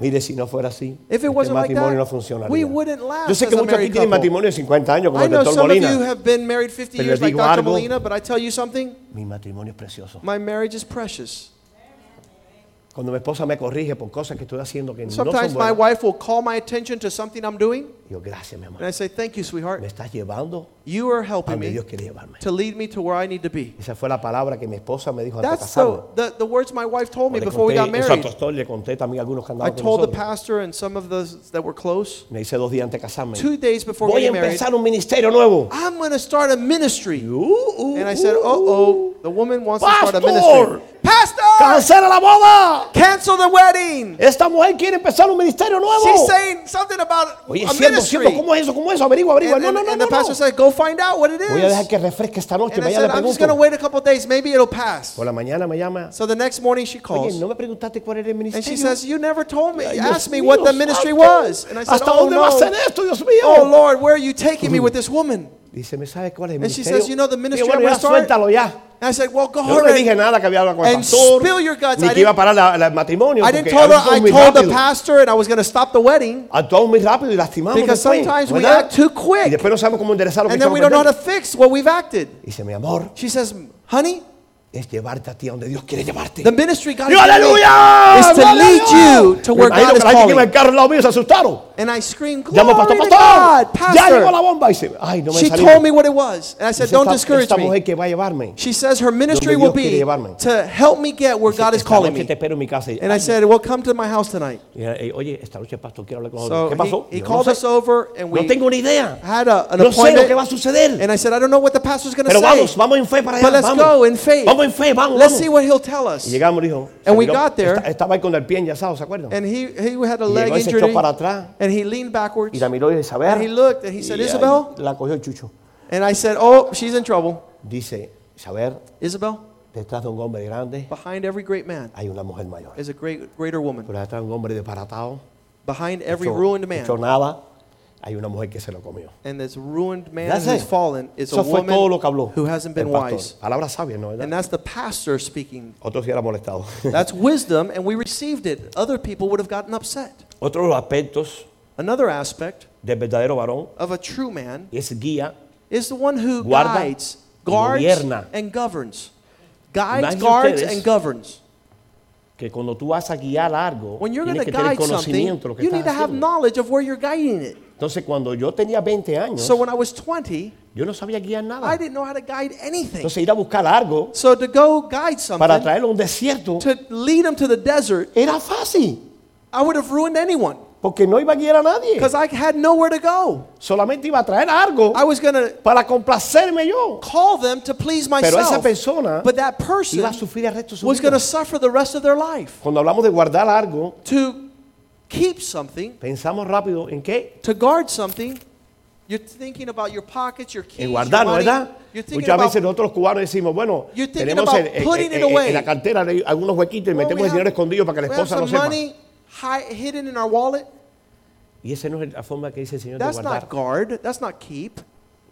Mire, si no fuera así,
If it
este
wasn't like
matrimonio
that,
no funcionaría.
we wouldn't last
Yo sé que
as a
muchos aquí
married
tienen
couple.
matrimonio de 50 años, como
I
el
know
doctor
some of you
Molina.
have been married 50
Pero
years
les
like
digo
Dr.
algo.
Molina, but I tell you something,
Mi matrimonio es precioso.
my marriage is precious.
Cuando mi esposa me corrige por cosas que estoy haciendo que no son
Sometimes my
buenas,
wife will call my attention to something I'm doing,
yo, gracias, mi amor.
and I say, Thank you,
Me
sweetheart.
estás llevando
You are
a
helping
donde
me
Dios quiere llevarme.
to lead me to where I need to be.
Esa fue la palabra que mi esposa me dijo antes de
That's the,
casarnos.
the, the words my wife told me
Le
before we got
conté eso a
married.
Pastor, le conté también a algunos que
I
andaban con
told the
nosotros.
pastor and some of those that were close
Me hice dos días antes de casarme.
two days before
Voy a
getting married,
empezar un ministerio nuevo.
I'm going to start a ministry.
Uh, uh,
And I said, uh
uh,
oh, the woman wants to start a
Pastor!
ministry. Pastor,
¡Cancela la boda!
cancel the wedding.
Esta mujer quiere empezar un ministerio nuevo.
She's saying something about
Oye,
a
cierto,
ministry.
cierto, ¿cómo es eso? ¿Cómo es eso? Averigua, averigua.
and,
no,
and-
no, no,
and
no.
the pastor
no.
said, go find out what it is.
Voy a dejar que refresque esta noche.
and I
Mañana
said,
le
I'm just going to
pregunto.
wait a couple days. Maybe it'll pass.
Por la mañana me llama.
So the next morning she
Oye,
calls.
¿no me preguntaste cuál era el
and she
ministerio?
says, you never told me.
Ay,
You
Dios
asked me
mío,
what the ministry
santo.
was. And I said,
¿Hasta
oh,
dónde va a
no.
ser esto, Dios mío? Mm.
Oh, Lord, where are you taking me with this woman?
Dice, ¿me sabes cuál es el
And she
ministerio?
says, you know, the ministry
Digo, bueno,
I'm
ya
gonna start-
suéltalo ya.
And I said, well, go
Yo no le
ahead.
dije nada que había hablado con el
And
pastor,
spill your guts.
ni
I
que iba a
didn't-
parar la- la- el matrimonio,
I didn't
porque
tell her.
actuamos
I
muy
told the
rápido.
pastor, and I was going to stop the wedding,
Actuamos muy rápido y lastimamos
Because
después,
sometimes we
¿verdad?
act too quick.
Y después no sabemos cómo enderezar lo que
and then
estamos
we don't know how to
perdiendo.
fix what we've acted.
Dice, mi amor,
She says, honey,
es llevarte a ti a donde Dios quiere llevarte.
the ministry God
Yo,
has given me
¡Aleluya!
is to lead
¡Aleluya!
you to
Me
where
imagino
God
que
is
la gente que iba en
calling.
el carro al lado mío se asustaron.
And I screamed, glory
Llamo al pastor,
to
pastor,
God,
ya llegó la
pastor.
bomba. Dice, ay, no me
She
salí.
told me what it was, and I said,
Dice,
don't
esta-
discourage
esta
me.
mujer que va a llevarme.
She says her ministry
Donde
will
Dios quiere
be
llevarme.
to help me get where God is
Esta
calling
noche
me.
te espero en mi casa.
And I said, well, come to my house tonight.
Y, eh, Oye, esta noche pastor quiero hablar con
So
¿Qué pasó?
he, he
Yo
called
no,
us
sé.
over, and
No
we
tengo ni idea.
had a, an
No sé lo que va a
appointment.
suceder.
And I said, I don't know what the pastor's going to
Pero vamos,
say.
vamos en fe para allá.
But let's
vamos.
go in faith.
Vamos en fe, vamos.
Let's
vamos.
see what he'll tell us.
Y llegamos, dijo.
And we
salió-
got there.
esta- estaba ahí con el pie enyesado, ¿se acuerdan?
And he, he had a
Y
leg
llegó y se echó
injury.
para atrás.
And he leaned backwards.
Y la miró y dice, a ver.
And he looked and he said,
ahí
Isabel?
La cogió el chucho.
And I said, Oh, she's in trouble.
Dice, saber,
Isabel,
detrás de un hombre grande
behind every great man
hay una mujer mayor.
is a great, greater woman.
Pero detrás de un hombre desbaratado,
Behind every
hecho-
ruined
hecho
man
nada, hay una mujer que se lo comió.
and this ruined man
That's
who's
it.
fallen is a
Eso fue todo lo que habló.
woman who hasn't
el
been
pastor.
wise.
Palabra sabia, ¿no? ¿Verdad?
And that's the pastor speaking.
Otro sí era molestado.
That's wisdom, and we received it. Other people would have gotten upset.
Otro de los aspectos
Another aspect
del verdadero varón
of a true man
es guía.
is the one who
Guarda
guides,
y
guards,
gobierna.
and governs. Guides,
Imaginen
guards,
ustedes
and governs.
Que cuando tú vas a guiar algo,
When you're going
tienes
to
que tener
guide something,
conocimiento de lo que
you need
estás
to have
haciendo.
knowledge of where you're guiding it.
Entonces, cuando yo tenía 20 años,
So when I was 20,
yo no sabía guiar
I
nada.
didn't know how to guide anything.
Ah. Entonces, ir a buscar algo
So to go guide
para
something,
traerlo a un desierto
to lead them to the desert,
era fácil,
I would have ruined anyone
porque no iba a guiar a nadie.
because I had nowhere to go.
Solamente iba a traer algo
I was going to
para complacerme yo.
call them to please
esa
myself.
persona
but that
Iba a
person
sufrir el resto de su
was
vida.
going to suffer the rest of their life.
Cuando hablamos de guardar algo,
To keep something,
pensamos rápido en qué.
to guard something, you're thinking about your pockets, your keys,
En
your
guardarlo,
money.
¿verdad?
You're thinking
Muchas
about
veces nosotros los cubanos decimos, bueno,
You're thinking
tenemos
about
en, en-
putting
en-
it away.
en la cartera hay algunos huequitos y
Well,
metemos
we
el dinero
have-
escondido para que la
we have
esposa no
some
sepa.
money hi- hidden in our wallet.
Y esa no es la forma que dice el Señor de
That's
guardar.
not guard. That's not keep.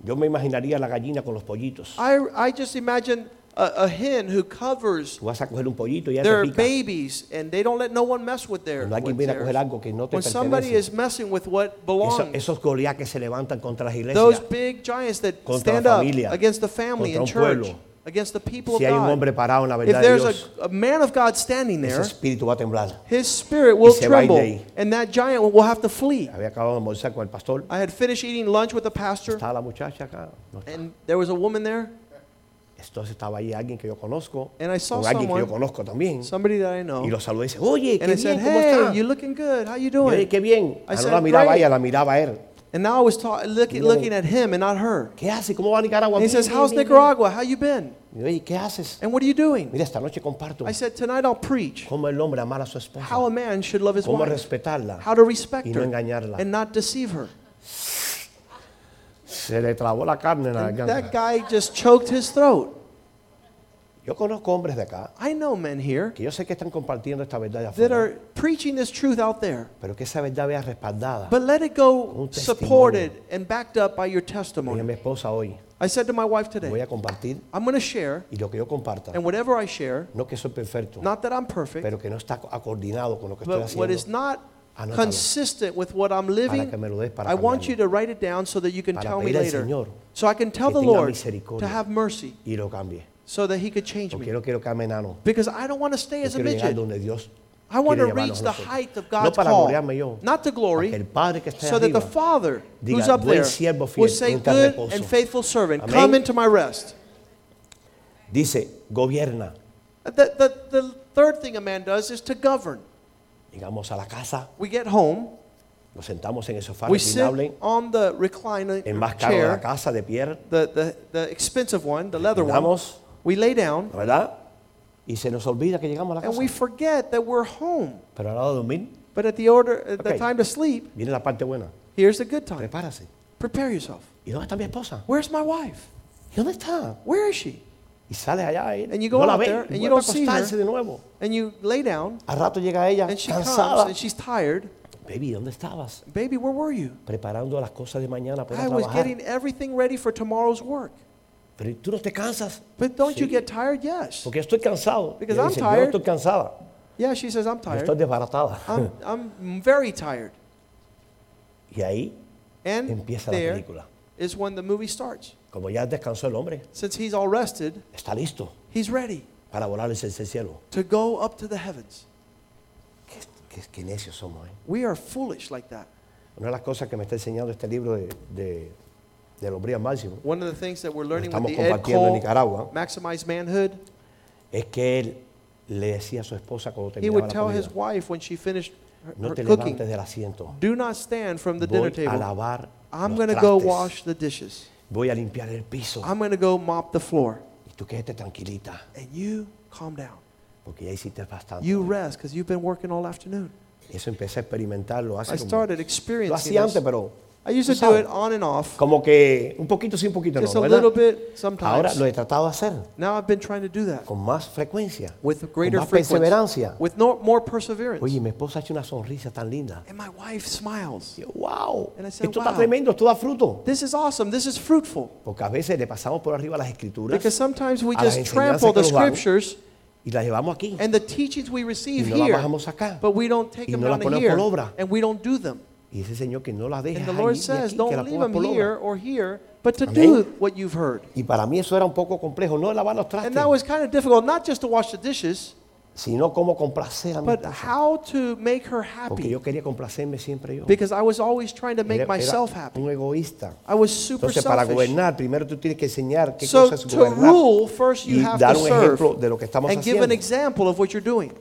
Yo me imaginaría la gallina con los pollitos.
I, I just imagine a, a hen who covers
Tú vas a coger un pollito y ya te
their
pica.
babies and they don't let no one mess with their
Cuando alguien
with
viene a
theirs.
coger algo que no te
when somebody
pertenece.
is messing with what
Eso-
belongs
esos goliat que se levantan contra las
those
iglesias.
big giants that
Contra la
stand up
familia,
against the
contra
family and
un
church
pueblo.
against the people
Si
of
hay un
God
hombre parado en la
if
verdad de
there's
Dios,
a, a man of God standing
ese
there
espíritu va a temblar.
his spirit will
se va a ir de
tremble
ahí.
and that giant will have to flee
Había acabado de almorzar con el pastor.
I had finished eating lunch with the pastor
Estaba la muchacha acá. No está.
and there was a woman there
Entonces estaba ahí alguien que yo conozco. Con
And I saw
alguien que yo
someone-
conozco también.
somebody that I
Y
know
lo saludé y dice, oye, qué
and I
bien,
said
¿cómo
hey
estás?
you looking good how you
Yo
doing
dije, qué bien.
I
Ah, no
said,
la miraba
"Great."
ella, la miraba él.
and now I was ta- looking,
No.
looking at him and not her
¿Qué hace? ¿Cómo va Nicaragua?
and he
Bien,
says
bien,
how's
bien,
Nicaragua how you been
bien. Oye, ¿qué haces?
and what are you doing
Mira, esta noche comparto
I said tonight I'll preach
cómo el hombre amar a su esposa,
how a man should love his
cómo
wife
respetarla.
how to respect
Y no
her
engañarla.
and not deceive her.
Se le trabó la carne en la
And that
garganta.
guy just choked his throat.
Yo conozco hombres de acá
I know men here
que yo sé que están compartiendo esta verdad de
that
afuera,
are preaching this truth out there,
pero que esa verdad vea respaldada.
but let it go
Un testimonio.
supported and backed up by your
Dije a
testimony.
mi esposa hoy,
I said to my wife
voy
today,
a compartir
I'm going to share,
y lo que yo comparta,
and whatever I share,
no que soy perfecto,
not that I'm perfect,
pero que no está acordinado con lo que estoy
but what is
haciendo,
not
Anótalo.
consistent with what I'm living,
que me lo des para
I want
cambiarlo.
you to write it down so that you can
Para
tell me
pedirle al
later.
Señor
So I can tell
que
the
tenga
Lord to
misericordia.
have mercy
y lo cambie.
so that He could change
Porque
me.
yo no quiero que ame enano,
Because I don't want to stay
yo
as a
quiero llegar
midget.
donde Dios
I want
quiere
to
llevarnos
reach the
nosotros.
height of
No
God's
para
call,
gloriarme yo,
not to
para
glory,
que el Padre que está
so that the
arriba
Father
diga,
who's up
"Buen
there
siervo fiel,
will say,
entra al
"Good
reposo."
and faithful servant,
Amén.
come into my rest."
dice, gobierna.
The, the, the third thing a man does is to govern.
Llegamos a la casa,
We get home,
nos sentamos en el sofá
we sit
reclinable,
on the recliner
el más caro de la
chair,
casa de Pierre,
the, the, the expensive one, the leather one.
Reclinamos.
We lay down
¿verdad? Y se nos olvida que llegamos a la
and
casa.
we forget that we're home.
Pero a la hora de dormir,
But at the order, at
Okay.
the time to sleep,
viene la parte buena.
here's the good time.
Prepárase.
Prepare yourself.
¿Y dónde está mi esposa?
Where's my wife?
¿Y dónde está?
Where is she?
Y sales allá y
And you
no
go
la
out
ves.
there and you
vuelve a
don't see her.
acostarse de nuevo.
And you lay down
Al rato llega ella
And she comes
cansada.
and she's tired.
Baby, ¿dónde estabas?
Baby, where were you?
Preparando las cosas de mañana para
I was
trabajar.
getting everything ready for tomorrow's work.
Pero tú no te cansas.
But don't you
Sí.
get tired? Yes.
Porque estoy cansado. Y
Because
ella
I'm
dice, Yo
tired.
estoy cansada.
Yeah, she says, I'm
Yo estoy
tired. Ah.
desbaratada.
I'm, I'm very tired.
Y ahí,
And
Empieza la
there
película.
is when the movie starts.
como ya descansó el hombre,
Since he's all rested,
está listo
he's ready
para volar hacia el cielo.
to go up to the heavens.
Qué, qué- qué necios somos, ¿eh?
We are foolish like that.
Una de las cosas que me está enseñando este libro de, de, de los Brian Máximo
One of the things that we're learning
estamos
with the Ed
compartiendo en
Cole,
Nicaragua.
Maximize Manhood,
es que él le decía a su esposa cuando
he
terminaba
would
la
tell
comida,
his wife when she finished her,
no
her
te
cooking,
levantes del asiento,
do not stand from the dinner
voy a
table.
lavar
I'm
los
going to go
trastes.
wash the dishes.
voy a limpiar el piso
I'm going to go mop the floor.
y tú quédate tranquilita
And you calm down.
porque ya hiciste bastante.
You rest because you've been working all afternoon.
Eso empecé a experimentarlo hace
I
como-
started
lo
experiencing
hacía antes,
this.
pero
I used to
tú
do
sabes,
it on and off,
como que un poquito sí, un poquito
just a
no, ¿verdad?
little bit
Ahora
sometimes.
lo he tratado de hacer
Now I've been trying to do that
con más frecuencia,
with
con
greater
más perseverancia.
frequency, with no, more perseverance.
Oye, mi esposa ha hecho una sonrisa tan linda.
And my wife smiles.
Y yo, wow,
And I
esto
said,
está
wow.
tremendo, esto da fruto.
This is awesome. This is fruitful.
Porque a veces le pasamos por arriba las escrituras
Because sometimes we
a las
just
enseñanzas
trample
que nos
the
dan,
scriptures
y las llevamos aquí.
and the teachings we receive
Y no las
here,
bajamos acá.
but we don't take
Y
them
no las
down to
ponemos
here,
por obra.
and we don't do them.
Y ese Señor que no la deja
And the
allí
Lord
ni
says,
aquí, que la
don't leave
ponga
them
por
here
obra.
or here, but to
Amén.
do what you've heard.
Y para mí eso era un poco complejo, no lavar los trastes,
And that was kind of difficult, not just to wash the dishes,
sino cómo complacer a mi
but
esposa.
how to make her
Porque
happy.
yo quería complacerme siempre yo.
Because I was always trying to
Era-
make
era
myself happy.
un egoísta.
I was super
Entonces, para
selfish.
gobernar, primero tú tienes que enseñar qué
So
cosa es
to
gobernar.
rule, first
y
you have
dar
to
un
serve
ejemplo de lo que estamos
and give an
haciendo.
example of what you're doing.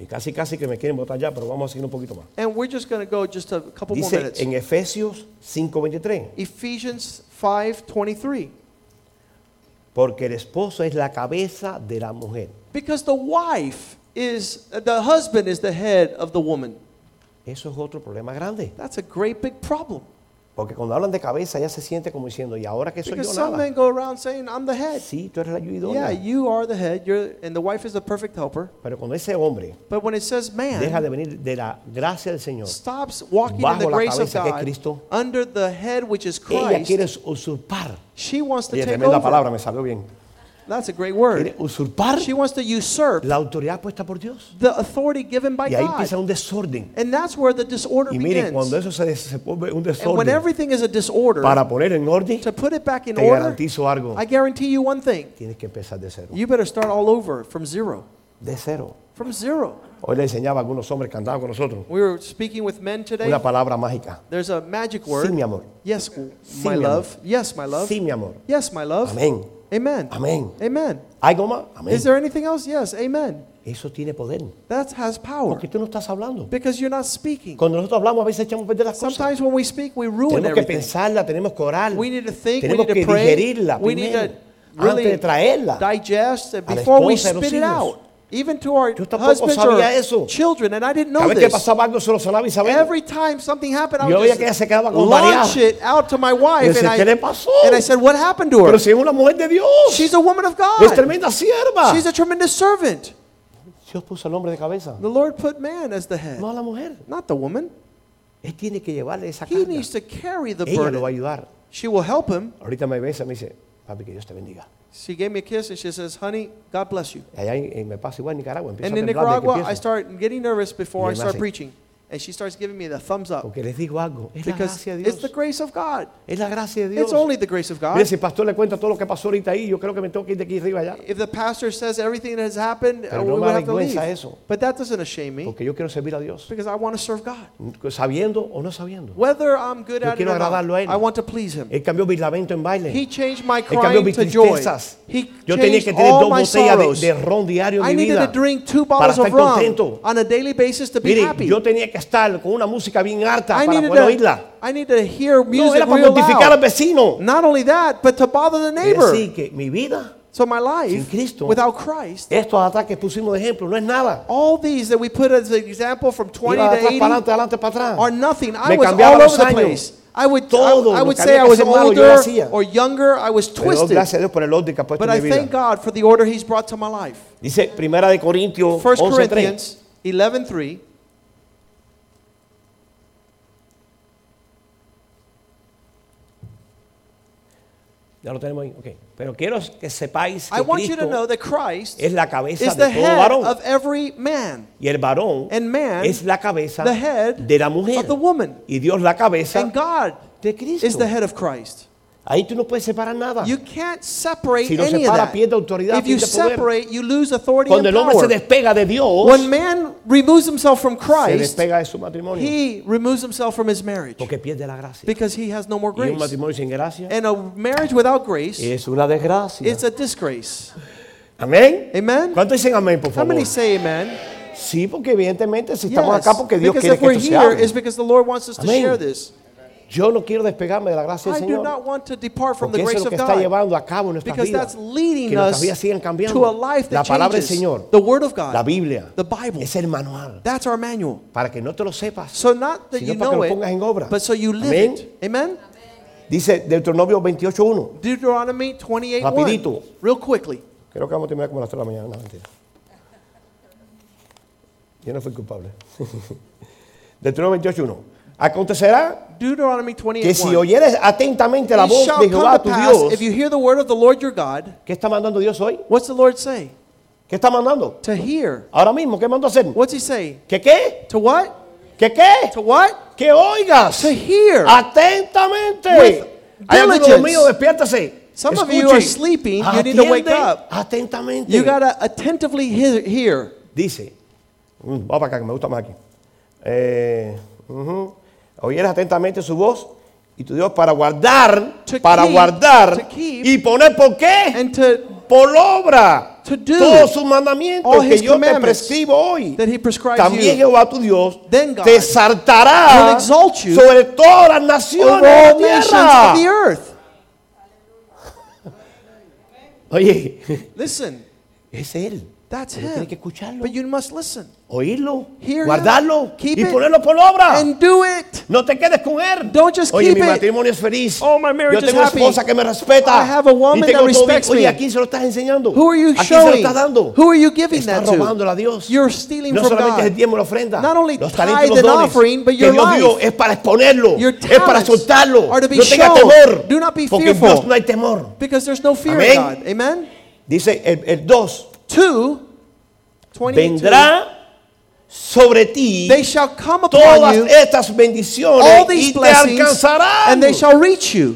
Y casi, casi que me quieren botar ya, pero vamos a seguir un poquito más.
And we're just going to go just a couple more
Dice
minutes.
en Efesios 5:23,
Ephesians 5:23.
porque el esposo es la cabeza de la mujer.
Because the wife is the husband is the head of the woman.
Eso es otro problema grande.
That's a great big problem.
Porque cuando hablan de cabeza ya se siente como diciendo, ¿y ahora que soy
Because
yo
some
nada? Eh,
men go around saying, I'm the head.
Sí, tú eres la ayudona.
Yeah, you are the head, you're, and the wife is the perfect helper.
Pero cuando ese hombre
But when it says
deja
man,
de venir de la gracia del Señor,
stops walking in
Bajo
the
la
grace of
cabeza que es
God
Cristo,
under the head which is
ella
Christ,
quiere usurpar.
she wants to
Oye,
take
tremenda
over.
palabra, me salió bien.
That's a great word.
Quiere usurpar
She wants to usurp
la autoridad puesta por Dios.
the authority given by
Y ahí
Oh God.
empieza un desorden.
And that's where the disorder
Y miren, cuando
begins.
eso se, des- se vuelve un
And when
desorden,
everything is a disorder,
para poner en orden,
to put it back in
te
order,
garantizo algo.
I guarantee you one thing.
Tienes que empezar de cero.
You better start all over from zero.
De cero.
From zero.
Hoy le enseñaba a algunos hombres que andaban con nosotros
We were speaking with men today.
una palabra mágica.
There's a magic word.
Sí, mi amor.
Yes,
Sí, mi
my
amor.
love. Yes, my love.
Sí, mi amor.
Yes, my love.
Amén.
Amen.
Amén.
Amen.
¿Algo más? Amén.
Is there anything else? Yes, amen.
Eso tiene poder.
That has power
Porque tú no estás hablando.
because you're not speaking.
Cuando nosotros hablamos a veces echamos a perder las cosas.
Sometimes when we speak, we ruin
Tenemos que
everything.
pensarla, tenemos que orar.
We need to think, we
tenemos
need
que
to pray,
digerirla
we need
primero,
to
antes de
really
traerla.
digest it
a la
before we
esposa y a los
spit it
hijos.
out. Even to our
Yo tampoco
husbands or
sabía eso.
children, and I didn't
Cada
know
vez que
this.
pasaba algo se lo sonaba Isabel.
Every time something happened, I
Yo
would
veía
just
que ella se quedaba como
launch
mareada.
it out to my
Yo
wife, and
decía,
I,
¿qué le pasó?
and I said, "What happened to her?
Pero si es una mujer de Dios.
She's a woman of
Es
God.
tremenda sierva.
She's a tremendous servant."
Dios puso el hombre de cabeza.
The Lord put man as the head,
No a la mujer.
not the woman.
Él tiene que llevarle esa
He
carga.
needs to carry the
Ella lo va a
burden.
ayudar.
She will help him.
Ahorita me besa y me dice, papi, que Dios te bendiga.
She gave me a kiss, and she says, "Honey, God bless you."
Allá en- en- me pasa igual en Nicaragua. Empiezo
And
a temblar desde
in
que
Nicaragua, I
empiezo.
start getting nervous
Y él
before I
me
start
hace-
preaching. And she starts giving me the thumbs up
Porque les digo algo. Es la
because
gracia de
it's the
Dios.
grace of God.
Es la gracia de Dios.
It's only the grace of
Mire,
God.
si el pastor le cuenta todo lo que pasó ahorita ahí, yo creo que me tengo que ir de aquí arriba allá.
If the pastor says everything that has happened, uh,
Pero
we
no me
would have to leave.
avergüenza eso.
But that doesn't shame me
Porque yo quiero servir a Dios.
because I want to serve God.
Sabiendo o no sabiendo.
Whether I'm good
Yo
at it
quiero
or not,
agradarlo a él.
I want to please him.
Él cambió mi lamento en
He
baile.
changed my
Él cambió
crying
mis
to joy.
tristezas.
He
Yo tenía
changed
que tener
all
dos
my
botellas
sorrows.
de, de ron diario
I
en mi
needed
vida.
to drink two
para
bottles
estar
of rum
contento.
on a daily basis to be
Mire,
happy.
yo tenía que estar con una música bien harta
I
para
needed,
poder
to,
oírla.
I needed to hear
No,
music
era para
real
mortificar al
loud.
vecino.
Not only that, but to bother the
Es
neighbor.
decir, que mi vida,
So my
Sin
life
Cristo.
without Christ,
estos ataques pusimos de ejemplo, no es nada.
all these that we put as an example from 20
Iba de
to
atrás
80
para adelante, adelante para
are
atrás.
nothing. I
Me
was
cambiaba
all
los
over the
años.
place. I would,
Todo
I, I
lo
would
que
say
había
I
que
was
hacer malo, yo lo
older
hacía.
or younger. I was
Pero doy
twisted.
gracias a Dios por el orden que ha puesto
But
en mi
I
vida.
thank God for the order He's brought to my life.
Dice Primera de Corintios
1
11:3.
Corinthians 11.3
Ya lo tenemos ahí. ok. Pero quiero que sepáis
I
que
want you to
Cristo
know that Christ
es la cabeza
is the
de todo
head
varón
of every man.
y el varón
And man
es la cabeza
the head
de la mujer
of the woman.
y Dios la cabeza
And God
de
is
Cristo.
the head of Christ.
Ahí tú no puedes separar nada.
You can't separate
Si lo
any
separa,
of that.
pierde autoridad,
if you
pierde poder.
separate, you lose authority
Cuando
and
el hombre
power.
se despega de Dios,
when man removes himself from
se
Christ,
despega de su matrimonio
he removes himself from his marriage
porque pierde la gracia.
because he has no more
Y un
grace.
matrimonio Eh, sin gracia
And a marriage without grace
es una desgracia.
is a disgrace.
Amén.
Amen?
¿Cuántos dicen amén, por
How
favor?
many say amen?
Sí, porque evidentemente si estamos
Yes,
acá porque Dios
because
quiere
if
que
we're
esto se
here,
hable.
it's because the Lord wants us to
Amén.
share this.
Yo no quiero despegarme de la gracia
I
del
do
Señor.
not want to depart from
Porque eso
the
es
grace
lo
of
que está
God
llevando a cabo en nuestras
because that's
vidas.
leading
Que nuestras
us
vidas sigan
to a
cambiando.
life
La
that
palabra del
changes.
Señor,
The Word of God,
la Biblia,
the Bible,
es el manual.
that's our manual.
Para que no te lo sepas.
So not that
Sino
you
para que
know
lo pongas en obra.
it, but so you live
Amén.
it. Amen?
Dice Deuteronomio 28.1.
Deuteronomy 28
Rapidito.
Real quickly.
Creo que vamos a terminar como a las 3 de la mañana. No, mentira. Yo no fui culpable. Deuteronomio 28.1. Acontecerá
Deuteronomy
que
28
si oyeres atentamente la voz de Jehová tu
if
Dios,
you hear the word of the Lord your God,
¿qué está mandando Dios hoy?
what's the Lord say?
¿Qué está mandando?
To hear.
Ahora mismo, ¿qué mandó hacer?
What's he say?
¿Qué qué?
To what?
¿Qué qué?
To what?
Que oigas
To hear. With
atentamente. Hay algunos
diligence.
míos, despiértase.
Some of you are sleeping. You need to wake
Atiende
up.
Atentamente.
You gotta attentively hear. hear.
Dice, mm, va para acá que me gusta más aquí. Eh, ujú. Oyeres atentamente su voz y tu Dios para guardar,
To
para
keep,
guardar
to keep,
y poner por qué,
And to
por obra,
to do
todos sus mandamientos
all
que
his
yo te
commandments
prescribo hoy.
that he prescribes
También
you
Jehová tu Dios
Then God
te exaltará
will exalt you
sobre todas las
over
naciones
all
de la
nations of the
tierra.
earth.
Oye,
Listen,
es Él.
that's
Pero
him.
tienes que escucharlo,
But you must listen.
oírlo,
Hear him,
guardarlo
keep
y
it,
ponerlo por obra.
And do it.
No te quedes con él.
Don't just
Oye,
keep
mi
it.
matrimonio es feliz.
Oh, my marriage
Yo tengo
is
una
happy.
esposa que me respeta.
I have a woman
y tengo
that
todo bien.
respects
Oye,
me.
¿a quién se lo estás enseñando?
Who are you
¿A quién se lo
showing?
estás dando?
Who are you giving
estás
that to?
robándole a Dios.
You're stealing
no
from
solamente
God.
es el diezmo y la ofrenda.
Not only
los talentos y
tithe
los
and
dones
offering, but
que
your
Dios dio
life.
es para exponerlo.
Your
Es para
talents
soltarlo.
are to be
no tengas
shown.
temor.
Do not be
porque en
fearful.
Dios no hay temor.
Because there's no fear
Amén.
in God. Amen?
Dice el 2,
2 22.
vendrá sobre ti
They shall come upon
todas
you,
estas bendiciones
all
y
these
te
blessings,
alcanzarán.
and they shall reach you.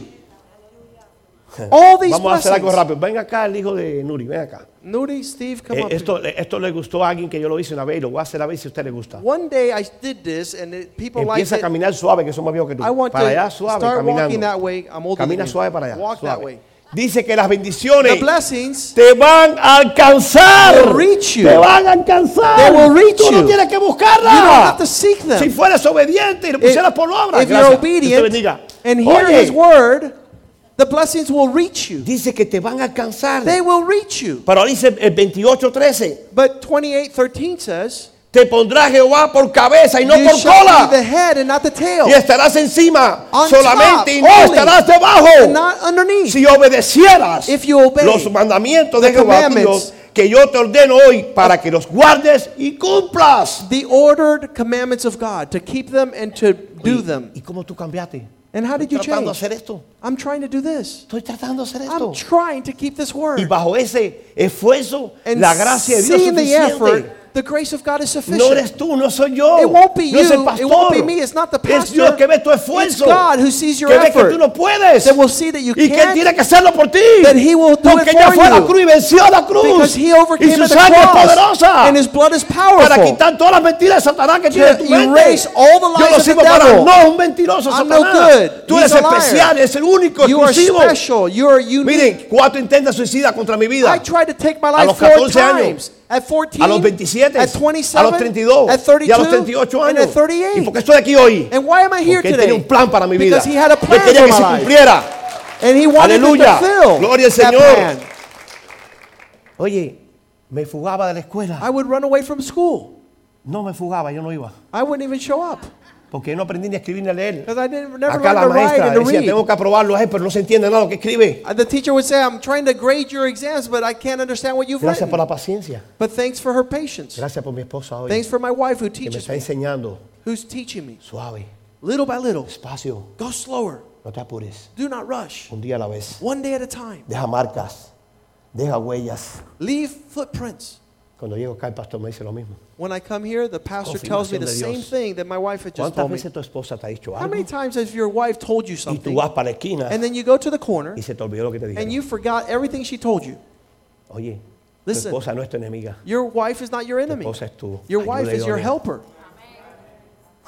All these
Vamos a hacer algo
blessings.
rápido. Ven acá el hijo de Nuri, ven acá.
Nudie, Steve, come
Eh,
up. here.
esto, le- esto le gustó a alguien que yo lo hice una vez y lo voy a hacer a ver si a usted le gusta.
One day I did this, and it, people liked
Empieza a
it.
caminar suave, que son más viejos que tú.
I want
Para
to
allá suave,
start walking that
caminando.
way. I'm older than
Camina
you.
suave para allá.
Walk that
suave.
way.
Dice que las
The
bendiciones
blessings,
te van a alcanzar.
They'll reach you.
Te van a alcanzar.
They will reach
tú no
you.
tienes que
you don't
buscarla.
have to seek
Si
them.
fueras obediente y lo pusieras por obra.
if you're
Gracias. Dios te
obedient
bendiga.
and hear
Oye,
His word, the blessings will reach you.
dice que te van a alcanzar.
They will reach you.
Pero dice el 28:13,
But 28:13 says,
te pondrá Jehová por cabeza y no
"You
por
shall
cola.
be the head and not the tail,
Y estarás encima
On top,
solamente y no
only,
estarás debajo.
and not underneath."
Si obedecieras
If you obey
los mandamientos de
the
Jehová tu
commandments,
Dios, que yo te ordeno hoy para que los guardes y cumplas.
The ordered commandments of God to keep them and to do them.
¿Y cómo tú cambiaste?
And how did you
Estoy tratando de
change?
hacer esto.
I'm trying to do this.
Estoy tratando de hacer esto.
I'm trying to keep this
Y
word.
bajo ese esfuerzo,
And
la gracia de Dios es
seeing the effort,
suficiente.
the grace of God is
No eres
sufficient.
tú, no soy yo.
It won't be
no es el
you,
pastor.
it won't be me, it's not the
Es Dios
pastor.
que ve tu
It's
esfuerzo.
God who sees your
que ve que
effort.
tú no puedes.
That will see that you
y que Él
can't.
tiene que hacerlo por ti.
That he will do
Porque
it
ya
for
fue a la
you.
cruz y venció la cruz.
Because he overcame
y su
at the
sangre es
cross,
poderosa.
and his blood is
para
powerful.
quitar todas las mentiras de Satanás que tiene en tu mente.
erase all the
Yo
lies
lo
of the
sirvo para
devil.
no es un mentiroso
I'm no
Satanás.
good.
Tú
He's
eres
a liar.
especial, es el único
You are
exclusivo.
special. You are unique.
Miren, cuatro intentos suicidas contra mi vida.
I tried to take my
A los
life four
14 años.
times. At 14,
a los 27, a
at
los
27,
32,
at 32,
y a los 38
and
años.
at
¿Y
38.
por qué estoy aquí hoy?
And why am I here
Porque él tenía
today?
un plan para mi vida.
Because he had a
Él
plan
quería
for
que
my
se
life.
cumpliera.
And he wanted
Aleluya.
to fulfill
Gloria al
that
Señor.
plan.
Oye, me fugaba de la escuela.
I would run away from school.
No me fugaba, yo no iba.
I wouldn't even show up
Porque yo no aprendí ni a escribir ni a leer.
because I didn't, never
Acá
learned
la
to write
maestra
and to
decía,
read.
tengo que aprobarlo a él, pero no se entiende nada lo que escribe.
And Uh, The teacher would say, I'm trying to grade your exams, but I can't understand what you've
Gracias
written.
por la paciencia.
But thanks for her patience.
Gracias por mi esposa hoy.
Thanks for my wife who
que me
teaches
está
me,
enseñando
who's teaching me.
suave,
Little by little,
espacio.
go slower.
No te apures.
Do not rush.
Un día a la vez.
One day at a time.
Deja marcas. Deja huellas.
Leave footprints.
Cuando llego acá, el pastor me dice lo mismo.
When I come here, the pastor tells
Confirmación
me the
de
same
Dios.
thing that my wife had just
¿Cuántas
told me.
veces tu esposa te ha dicho
How
algo?
many times has your wife told you
Y tú
something,
vas para la esquina
and then you go to the corner,
y se te olvidó lo que te
and
dijeron.
you forgot everything she told you?
Oye, tu
Listen.
esposa no es tu enemiga.
Your wife is not your enemy.
esposa es tu
Your
ayuda
wife is your
idónea.
helper.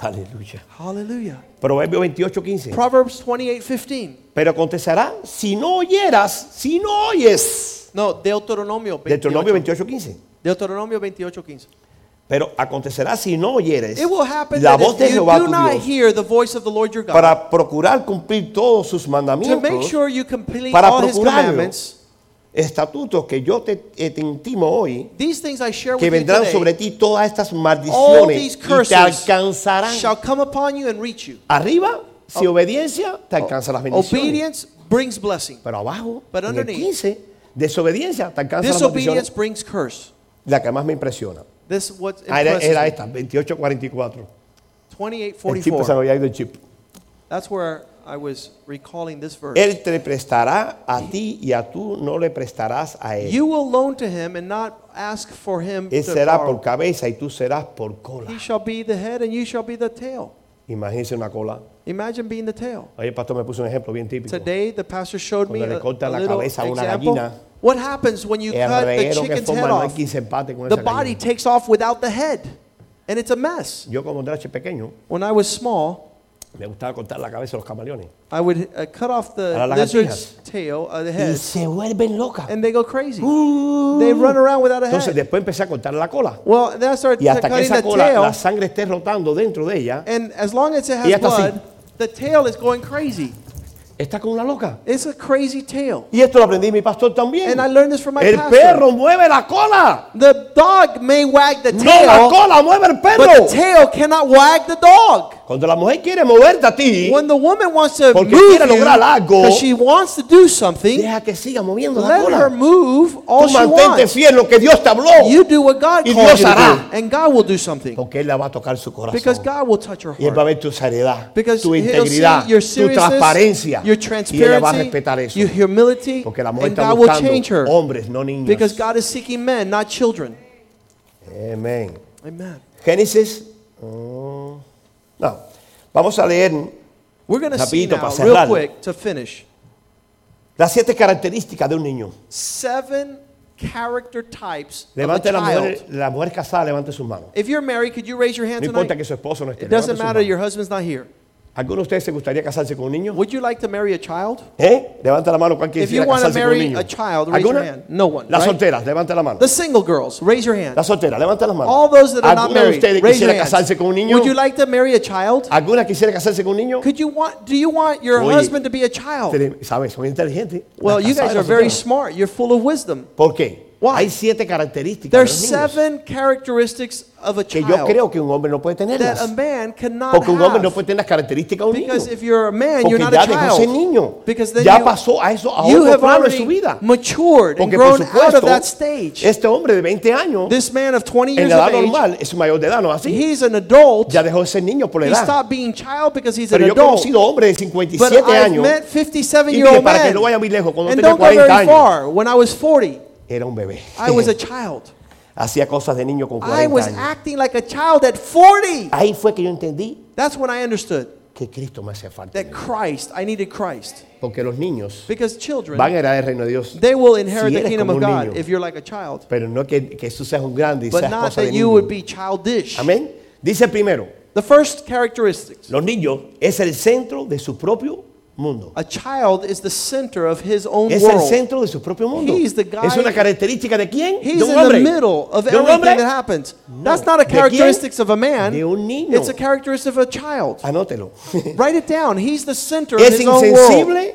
Aleluya.
Hallelujah.
Proverbio 28, 15.
Proverbs 28, 15.
Pero acontecerá si no oyeras, si no oyes.
No, Deuteronomio 28.
Deuteronomio 28, 15.
Deuteronomio 28, 15.
Pero acontecerá si no oyeres
It will happen
la
that
voz
if
de
you
Jehová
do
tu
not
Dios
hear the voice of the Lord your God
para procurar cumplir todos sus
to make
mandamientos,
sure you complete
para
all his
procurarlo.
commandments.
estatutos que yo te, eh, te intimo hoy,
These things I share
que
with you
vendrán
today
sobre ti todas estas
all these
maldiciones y te
curses
alcanzarán.
shall come upon you and reach you.
Arriba, si obediencia, te alcanza las bendiciones.
Oh. Obedience brings blessing.
Pero abajo, en
But
el
underneath.
15, desobediencia, te alcanza las
Disobedience
bendiciones.
brings curse.
La que más me impresiona.
This is what
Ah, era, era
impresses me.
esta, 2844. El chip se me
28:44.
había ido el chip.
That's where I was recalling this verse.
Él te prestará a ti y a tú no le prestarás a él.
You will loan to him and not ask for him
él
to
será
borrow.
por cabeza y tú serás por cola.
He shall be the head and you shall be the tail.
Imagínense una cola.
Imagine being the tail.
Oye, el pastor me puso un ejemplo bien típico.
Today the pastor showed me
Cuando le
a,
cortan
a
la
little
cabeza a una
example.
gallina,
what happens when you
El
cut the
reguero que
chicken's head
forma no hay
off?
quien se empate con
The
esa
body
gallina.
takes off without the head, and it's a mess.
Yo como drache pequeño,
When I was small,
me gustaba cortar la cabeza a los camaleones.
I would uh, cut off the
A las
lizard's tail, uh, the
Y
head,
se vuelven locas.
and they go crazy.
Uh.
They run around without a
Entonces
head.
después empecé a cortar la cola.
Well, then I started
Y hasta que
cutting
esa
the
cola, la
tail,
sangre esté rotando dentro de ella,
and as long as it
Y
has
hasta así.
blood, the tail is going crazy.
está con una loca.
It's a crazy tail.
Y esto lo aprendí de mi pastor también.
And I learned this from my
el
pastor.
perro mueve la cola.
The dog may wag the
No la
tail,
cola, mueve el
but
perro.
the tail cannot wag the dog.
Cuando la mujer quiere moverte a ti,
When the woman wants to
Porque
move
quiere lograr
you,
algo.
because she wants to do something,
deja que siga moviendo la
let her
cola.
move all
Tú
she
mantente
wants.
fiel en lo que Dios te habló.
You do what God
Y
calls you
Dios
to
hará.
do, and God will do something.
Porque Él la va a tocar su
Because
corazón.
God will touch her
Y Él va a
heart.
ver tu seriedad,
Because
tu
he'll see
integridad,
your
tu
seriousness,
transparencia.
your
Y Él va a
transparency,
respetar eso.
your humility,
Porque la mujer
and
está
God will change her.
buscando hombres, no niños.
Because God is seeking men, not children.
Amén.
Amen.
Génesis. mm, no. Vamos a leer
We're going to see
Rapidito,
now,
pa'
real
cerrar.
quick, to finish,
las siete características de un niño.
seven character types of a
Levante la
child.
mujer, la mujer casada, levante sus manos.
If you're married, could you raise your hand
No importa
tonight?
que su esposo no esté.
It
levante
doesn't
sus
matter,
manos.
your husband's not here.
¿Alguno de ustedes se gustaría casarse con un niño?
Would you like to marry a child?
¿Eh? Levanta la mano, ¿cuál
If you
quisiera
wanna
casarse con un
marry
niño?
a child, raise your
¿Alguna?
hand. No one,
Las
right?
solteras, levanta la mano.
The single girls, raise your hand.
Las solteras, levanta las manos.
All those that are not
¿Alguna de
married,
ustedes
raise your
quisiera
hands.
casarse con un niño?
Would you like to marry a child?
¿Alguna quisiera casarse con un niño?
Could you want? Do you want your
Oye.
husband to be a child?
Tienen- ¿Sabes? Son inteligentes.
Well,
Las
you guys
casadas
are very
solteras.
smart. You're full of wisdom.
¿Por qué?
Why?
Hay siete características de
There's
los niños
seven characteristics of a
que yo
child
creo que un hombre no puede
that
tenerlas.
a man cannot
Porque un hombre no
have.
puede tener las características de un
Because
niño.
if you're a man,
Porque
you're not
ya
a
dejó ser niño.
child. Because then
ya
you-
pasó a eso a
you
otro
have
plano en su
already
vida.
matured and
Porque por
grown out of
supuesto,
that stage.
este hombre de 20 años,
This man of 20
en
years
la
of
edad
age,
normal, es mayor de edad, ¿no es así?
he's an adult.
Ya dejó de ser niño por la
He
edad.
stopped being child because he's an
Pero yo he
adult.
conocido hombres de
But
57
I've
años,
met 57
Y
year
dije,
old
para que
men.
no vaya muy lejos, cuando
and
tenga
don't go
40
very
años.
far. When I was 40,
era un bebé.
I was a child.
Hacía cosas de niño con
I
40
was
años.
acting like a child at 40.
Ahí fue que yo entendí
That's when I understood
que Cristo me hace falta.
that Christ, I needed Christ.
Porque los niños
Because
van a
children,
heredar el reino de Dios.
they will inherit
Si
the
eres
kingdom
como
of
un
God
niño.
if you're like a child.
Pero no que, que tú seas un grande y
But
seas
not
cosa de
that you
niño.
would be childish.
Amén. Dice primero,
The first characteristics
los niños es el centro de su propio mundo.
a child is the center of his own
Es el
world.
centro de su propio mundo.
He's the guy-
Es una característica de quién?
He's
de un
in
hombre.
the middle of
de un
everything
hombre.
that happens. That's not a
¿De quién?
characteristics of a man.
De un niño.
It's a characteristic of a child.
Anótelo.
Write it down. He's the center of
es
his own world.
insensible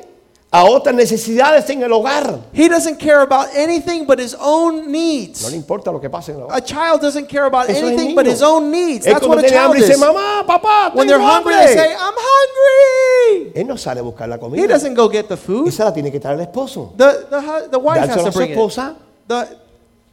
a otras necesidades en el hogar.
He doesn't care about anything but his own
No
needs.
le importa lo que pase en el hogar.
A child doesn't care about
Eso es
anything
niño.
but his own needs.
Él
That's
cuando
what a
tiene
child
hambre
is.
dice, mamá, papá,
When they're
tengo
hungry,
hambre".
they say, "I'm hungry."
Él no sale a buscar la comida.
He doesn't go get the food.
Esa la tiene que traer el esposo.
The the, hu- the wife
Dársela
has
a
to
su
bring it.
esposa
The,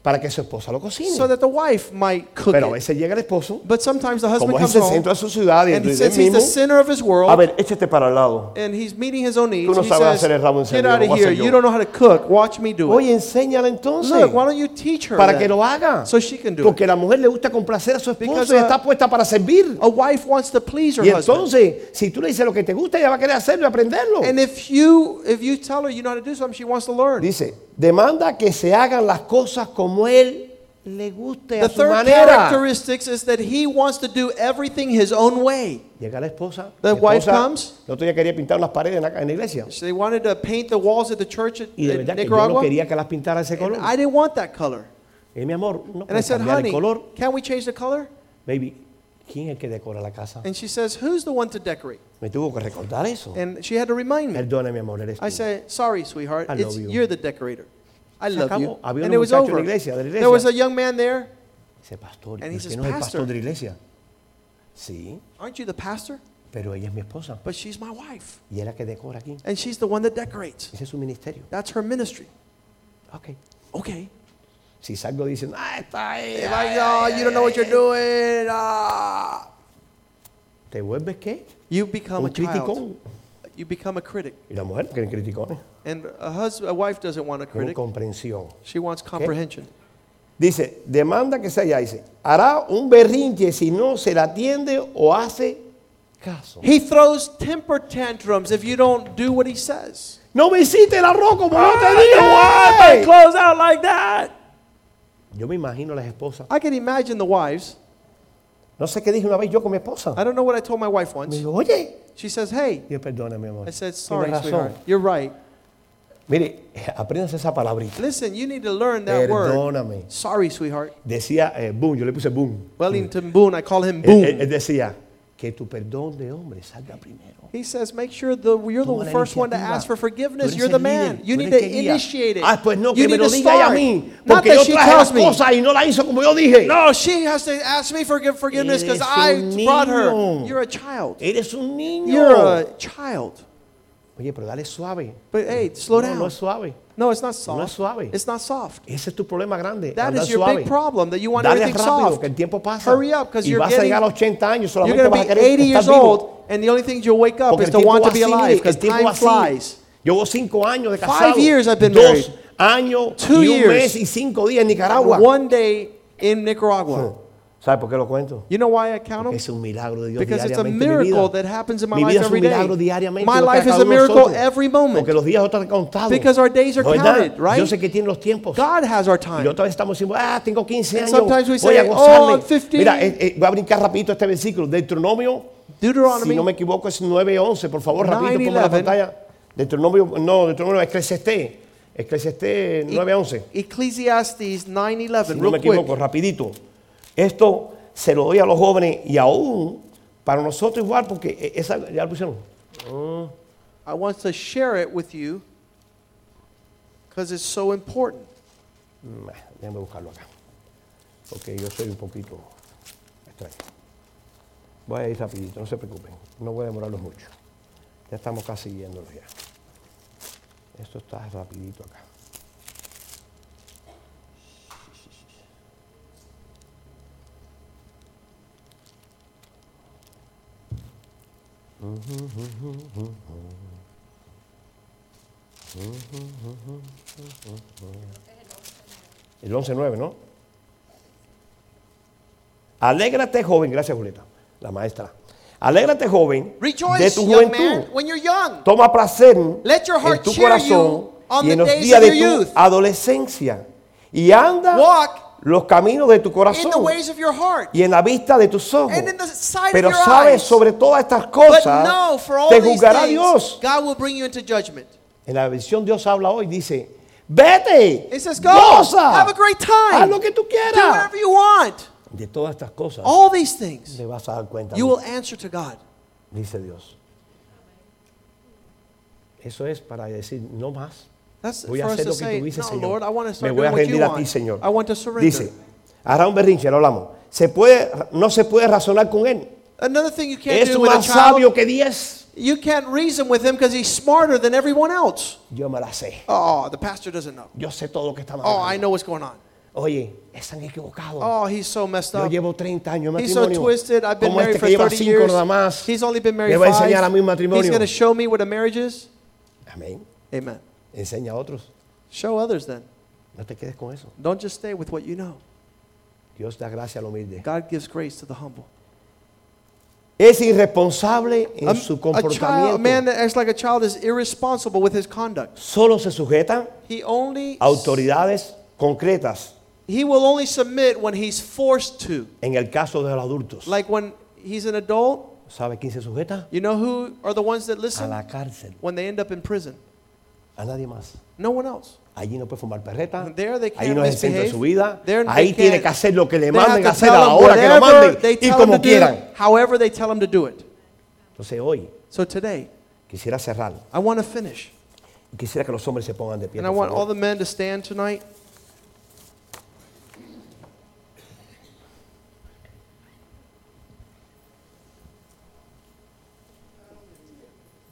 para que su esposa lo cocine.
so that the wife might cook
Pero a
it.
veces llega el esposo,
But sometimes the husband
como
comes
es el centro
home,
de su ciudad y
and
de él
since he's
mismo.
the center of his world,
A ver, échate para el lado.
and he's meeting his own needs.
Tú no
he
sabes
says,
hacer el rabo
Get
encendido,
out
lo
of
voy a
here.
hacer yo."
You don't know how to cook. Watch me do it.
Oye, enséñala entonces.
Look, why don't you teach her
Para
that?
que lo haga.
So she can do
Porque
it.
la mujer le gusta complacer a su esposo
Because,
y
uh,
está puesta para servir.
A wife wants to please her
Y
husband.
entonces, oh. si tú le dices lo que te gusta, ella va a querer hacerlo y aprenderlo.
And if you if you tell her you know how to do something, she wants to learn.
Dice, demanda que se hagan las cosas como él le guste
the
a su
third
manera.
characteristics is that he wants to do everything his own way.
Llega la esposa.
The
la
wife
esposa,
comes.
El otro día quería pintar unas paredes en la, en la iglesia.
So they wanted to paint the walls at the church at,
Y de
in
verdad que yo no
Nicaragua.
quería que las pintara ese
and
color.
I didn't want that color.
Y mi amor, no
And I
puedes
said,
cambiar
honey,
el color.
can we change the color?
Baby, ¿quién es el que decora la casa?
And she says, who's the one to decorate?
Me tuvo que recordar eso.
And she had to remind me.
Perdona, mi amor, eres tú.
I say, sorry, sweetheart.
I
It's,
love you."
You're the decorator. I
Se
love
acabó.
you.
Había unos
and it was
muchachos en
over.
la iglesia, de la
There was
iglesia.
a young man there.
Dice, pastor,
And he
¿y usted
says,
no es el pastor
"Pastor."
de la iglesia? Sí,
Aren't you the pastor?
pero ella es mi esposa. pues,
But she's my wife.
Y es la que decora aquí.
And she's the one that decorates.
Ese es su ministerio.
That's her ministry.
Ok.
Okay.
Si salgo diciendo, ah, está ahí.
If
ah,
I, oh, you don't know what you're doing. ah."
¿Te vuelves qué?
You become
Un
a child.
criticón.
You become a critic.
Y la mujer quiere criticones.
And a, husband, a wife doesn't want a
Quiere
critic.
comprensión.
She wants comprehension.
Dice, demanda que se haya. Dice, hará un berrinche si no se la atiende o hace caso.
He throws temper tantrums if you don't do what he says.
No me hiciste el arroz como yo te
Everybody
dije.
close out like that.
Yo me imagino las esposas.
I can imagine the wives.
No sé qué dije una vez yo con mi esposa.
I don't know what I told my wife
Me
once.
dijo, oye.
She says, "Hey."
Dios perdona, mi amor.
I said,
Tienes
"Sorry,
razón.
sweetheart. You're right.
Mire, apréndase esa palabrita.
Listen, you need to learn that word."
Perdóname.
Sorry, sweetheart.
Decía eh, boom, yo le puse boom.
Wellington Boone, I call him
Él, él-
Boone.
él decía, que tu perdón de hombre salga primero.
He says, make sure the, you're
Toma
the
la
first one to
iniciativa.
ask for
Tú
forgiveness.
eres
You're
el
the
líder,
man. You
tú
need
eres
to
el guía.
initiate it.
Ah, pues no,
you
que me
need
lo
to
diga ella a
start.
mí.
Not
Porque
that
yo
she
traje las
tells me.
cosas y no la hizo como yo dije.
No, she has to ask me for give- forgiveness because
Eres
I
un
brought her.
niño. Eh,
You're a child.
Eres un niño.
You're a child.
Oye, pero dale suave.
But hey,
Mm.
slow
no,
down.
no es suave.
No, it's not
No es
soft.
suave.
It's not soft.
Ese es tu problema grande.
That
andar
is your
suave.
big problem that you want
Dale
everything
rápido,
soft.
que el tiempo pasa.
Hurry up, 'cause
y
you're
vas
getting-
a llegar a 80 años,
You're
solamente
going
vas
to
a
be
querer
80 years
estar vivo.
old, and the only thing you'll wake up
Porque
is
el
to
tiempo
want
va
to be
así,
alive because
el tiempo
time
va así.
flies.
Llevo cinco años de casado.
Five years I've been
dos
married.
años
Two
y un
years.
mes y cinco días en Nicaragua.
One day in Nicaragua.
¿Sabes por qué lo cuento?
You know why I count
Es
them?
un milagro de Dios
Because it's a
diariamente en mi
miracle
vida.
that happens in my
mi
life
vida es un
every day.
milagro diariamente.
My
lo que
life is
haga
a
uno
miracle
nosotros.
every moment.
Porque los días están contados.
Because our days are
¿No es
counted,
verdad?
right?
Yo sé que tiene los tiempos.
God has our
Y
time.
otra vez estamos diciendo, ah, tengo 15
And
años.
sometimes we
voy a
say, "Oh,
gozarle".
I'm 15.
Mira, eh, eh, voy a brincar rapidito este versículo. Deuteronomio,
Deuteronomy
si no me equivoco, es 9.11. Por favor, rapidito,
9:11.
ponme la pantalla. Deuteronomio, no, Deuteronomio, Eclesiastés. Eclesiastés 9.11.
Ecclesiastes 9:11.
Si no me
Real
equivoco,
quick.
rapidito. Esto se lo doy a los jóvenes y aún para nosotros igual, porque eh, esa, ya lo pusieron.
I want to share it with you because it's so important.
Mm, Déjame buscarlo acá. Porque yo soy un poquito. extraño. Voy a ir rapidito, no se preocupen. No voy a demorarlos mucho. Ya estamos casi yéndolos ya. Esto está rapidito acá. El 11.9, ¿no? Alégrate, joven. Gracias, Julieta, la maestra. Alégrate, joven,
Rejoice,
de tu
young man,
juventud.
when you're young.
Toma placer
Let your
en
heart
tu
cheer
corazón
you on
y en
the
los
days
días
of
de
your
tu
youth.
adolescencia. Y anda
Walk
los caminos de tu
In
corazón
the ways of your heart.
y en la vista de tus ojos.
And in the sight of
Pero
your
sabes,
eyes.
sobre todas estas
But
cosas,
no, for all
te
these
juzgará
things,
Dios.
God will bring you into judgment.
En la versión Dios habla hoy, dice, vete,
It says, go,
goza,
have a great time.
haz lo que tú
Do
quieras.
whatever you want.
De todas estas cosas,
All these things.
te vas a dar cuenta,
You will answer to God.
dice Dios. Eso es para decir, no más.
That's
Voy a
for us
hacer
to
lo que
say,
tú dices,
no,
Señor.
Lord, I want to
Me
start
voy a
doing what you
rendir a ti,
want.
Señor.
I want to surrender.
Dice, hará un berrinche, lo hablamos. Se puede, no se puede razonar con él.
Another thing you can't
Es
do with a
más
child,
sabio que 10.
you can't reason with him because he's smarter than everyone else.
Yo me la sé.
Oh, the pastor doesn't know.
Yo sé todo lo que está mal.
Oh, I know what's going on.
Oye, están equivocados.
Oh, he's so messed
Yo
up.
llevo 30 años de
He's so
matrimonio.
twisted. I've been
Como
married
este
for
que lleva
30
5
years.
nada más.
He's only been
Le
married
voy a
five.
enseñar a mi
He's
matrimonio.
going to show me what a marriage is.
Amén.
Amen.
Enseña a otros.
Show others then.
No te quedes con eso.
Don't just stay with what you know.
Dios da gracia al humilde.
God gives grace to the humble.
Es irresponsable en
Um, A,
su
a child, a man
comportamiento.
that acts like a child is irresponsible with his conduct.
Solo se sujeta
He only
a autoridades concretas
he will only submit when he's forced to.
en el caso de los adultos.
Like when he's an adult,
¿Sabe quién se sujeta?
you know who are the ones that
A
listen
la cárcel.
when they end up in prison?
A nadie más.
No one else.
Allí no puede fumar perreta.
There they
Ah. Ahí
can't
no es el centro de
misbehave.
su vida.
There they
Ahí tiene
can't-
que hacer lo que le
They have
manden
to
hacer
tell
a la
him
hora que lo
whatever
manden
they
y
tell
como
him to do,
quieran.
however they tell him to do it.
Entonces hoy
So today,
quisiera cerrar.
I want to finish.
y Quisiera que los hombres se pongan de pie.
And I
por
want
favor.
all the men to stand tonight.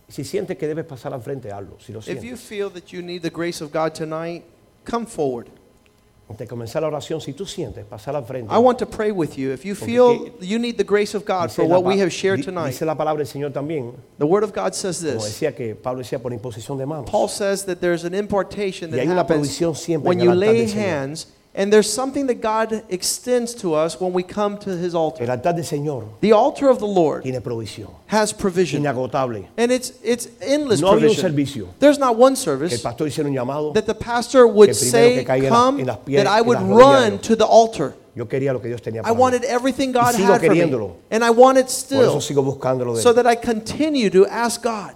Si sientes que debes pasar al frente, hazlo. Si lo
If you
sientes.
feel that you need the grace of God tonight, come forward.
Antes de comenzar la oración, si tú sientes pasar al frente.
I want to pray with you. If you
Porque
feel
que-
you need the grace of God
dice
for
la
what
pa-
we have shared
di-
tonight,
Dice la palabra del Señor también.
the Word of God says
Como
this.
decía que Pablo decía por imposición de manos.
Paul says that there's an impartation
Y
that
hay una
happens
provisión siempre
when
en el
you
altar
lay
del Señor.
hands, and there's something that God extends to us when we come to His altar.
El altar del Señor
The altar of the Lord
tiene provisión
has provision,
inagotable.
and it's it's endless
No había un
provision.
servicio.
There's not one
El
service
pastor hicieron un llamado.
that the pastor would
primero que
say,
caiga en la-
"Come,"
en las pier-
that I
en
would
las rodillas de
run
Dios.
to the altar.
Yo quería lo que Dios tenía
I
para mí.
wanted everything God
sigo
had for
queriéndolo.
me, and I want it
Por eso
still,
sigo buscándolo de
so
él.
that I continue to ask God.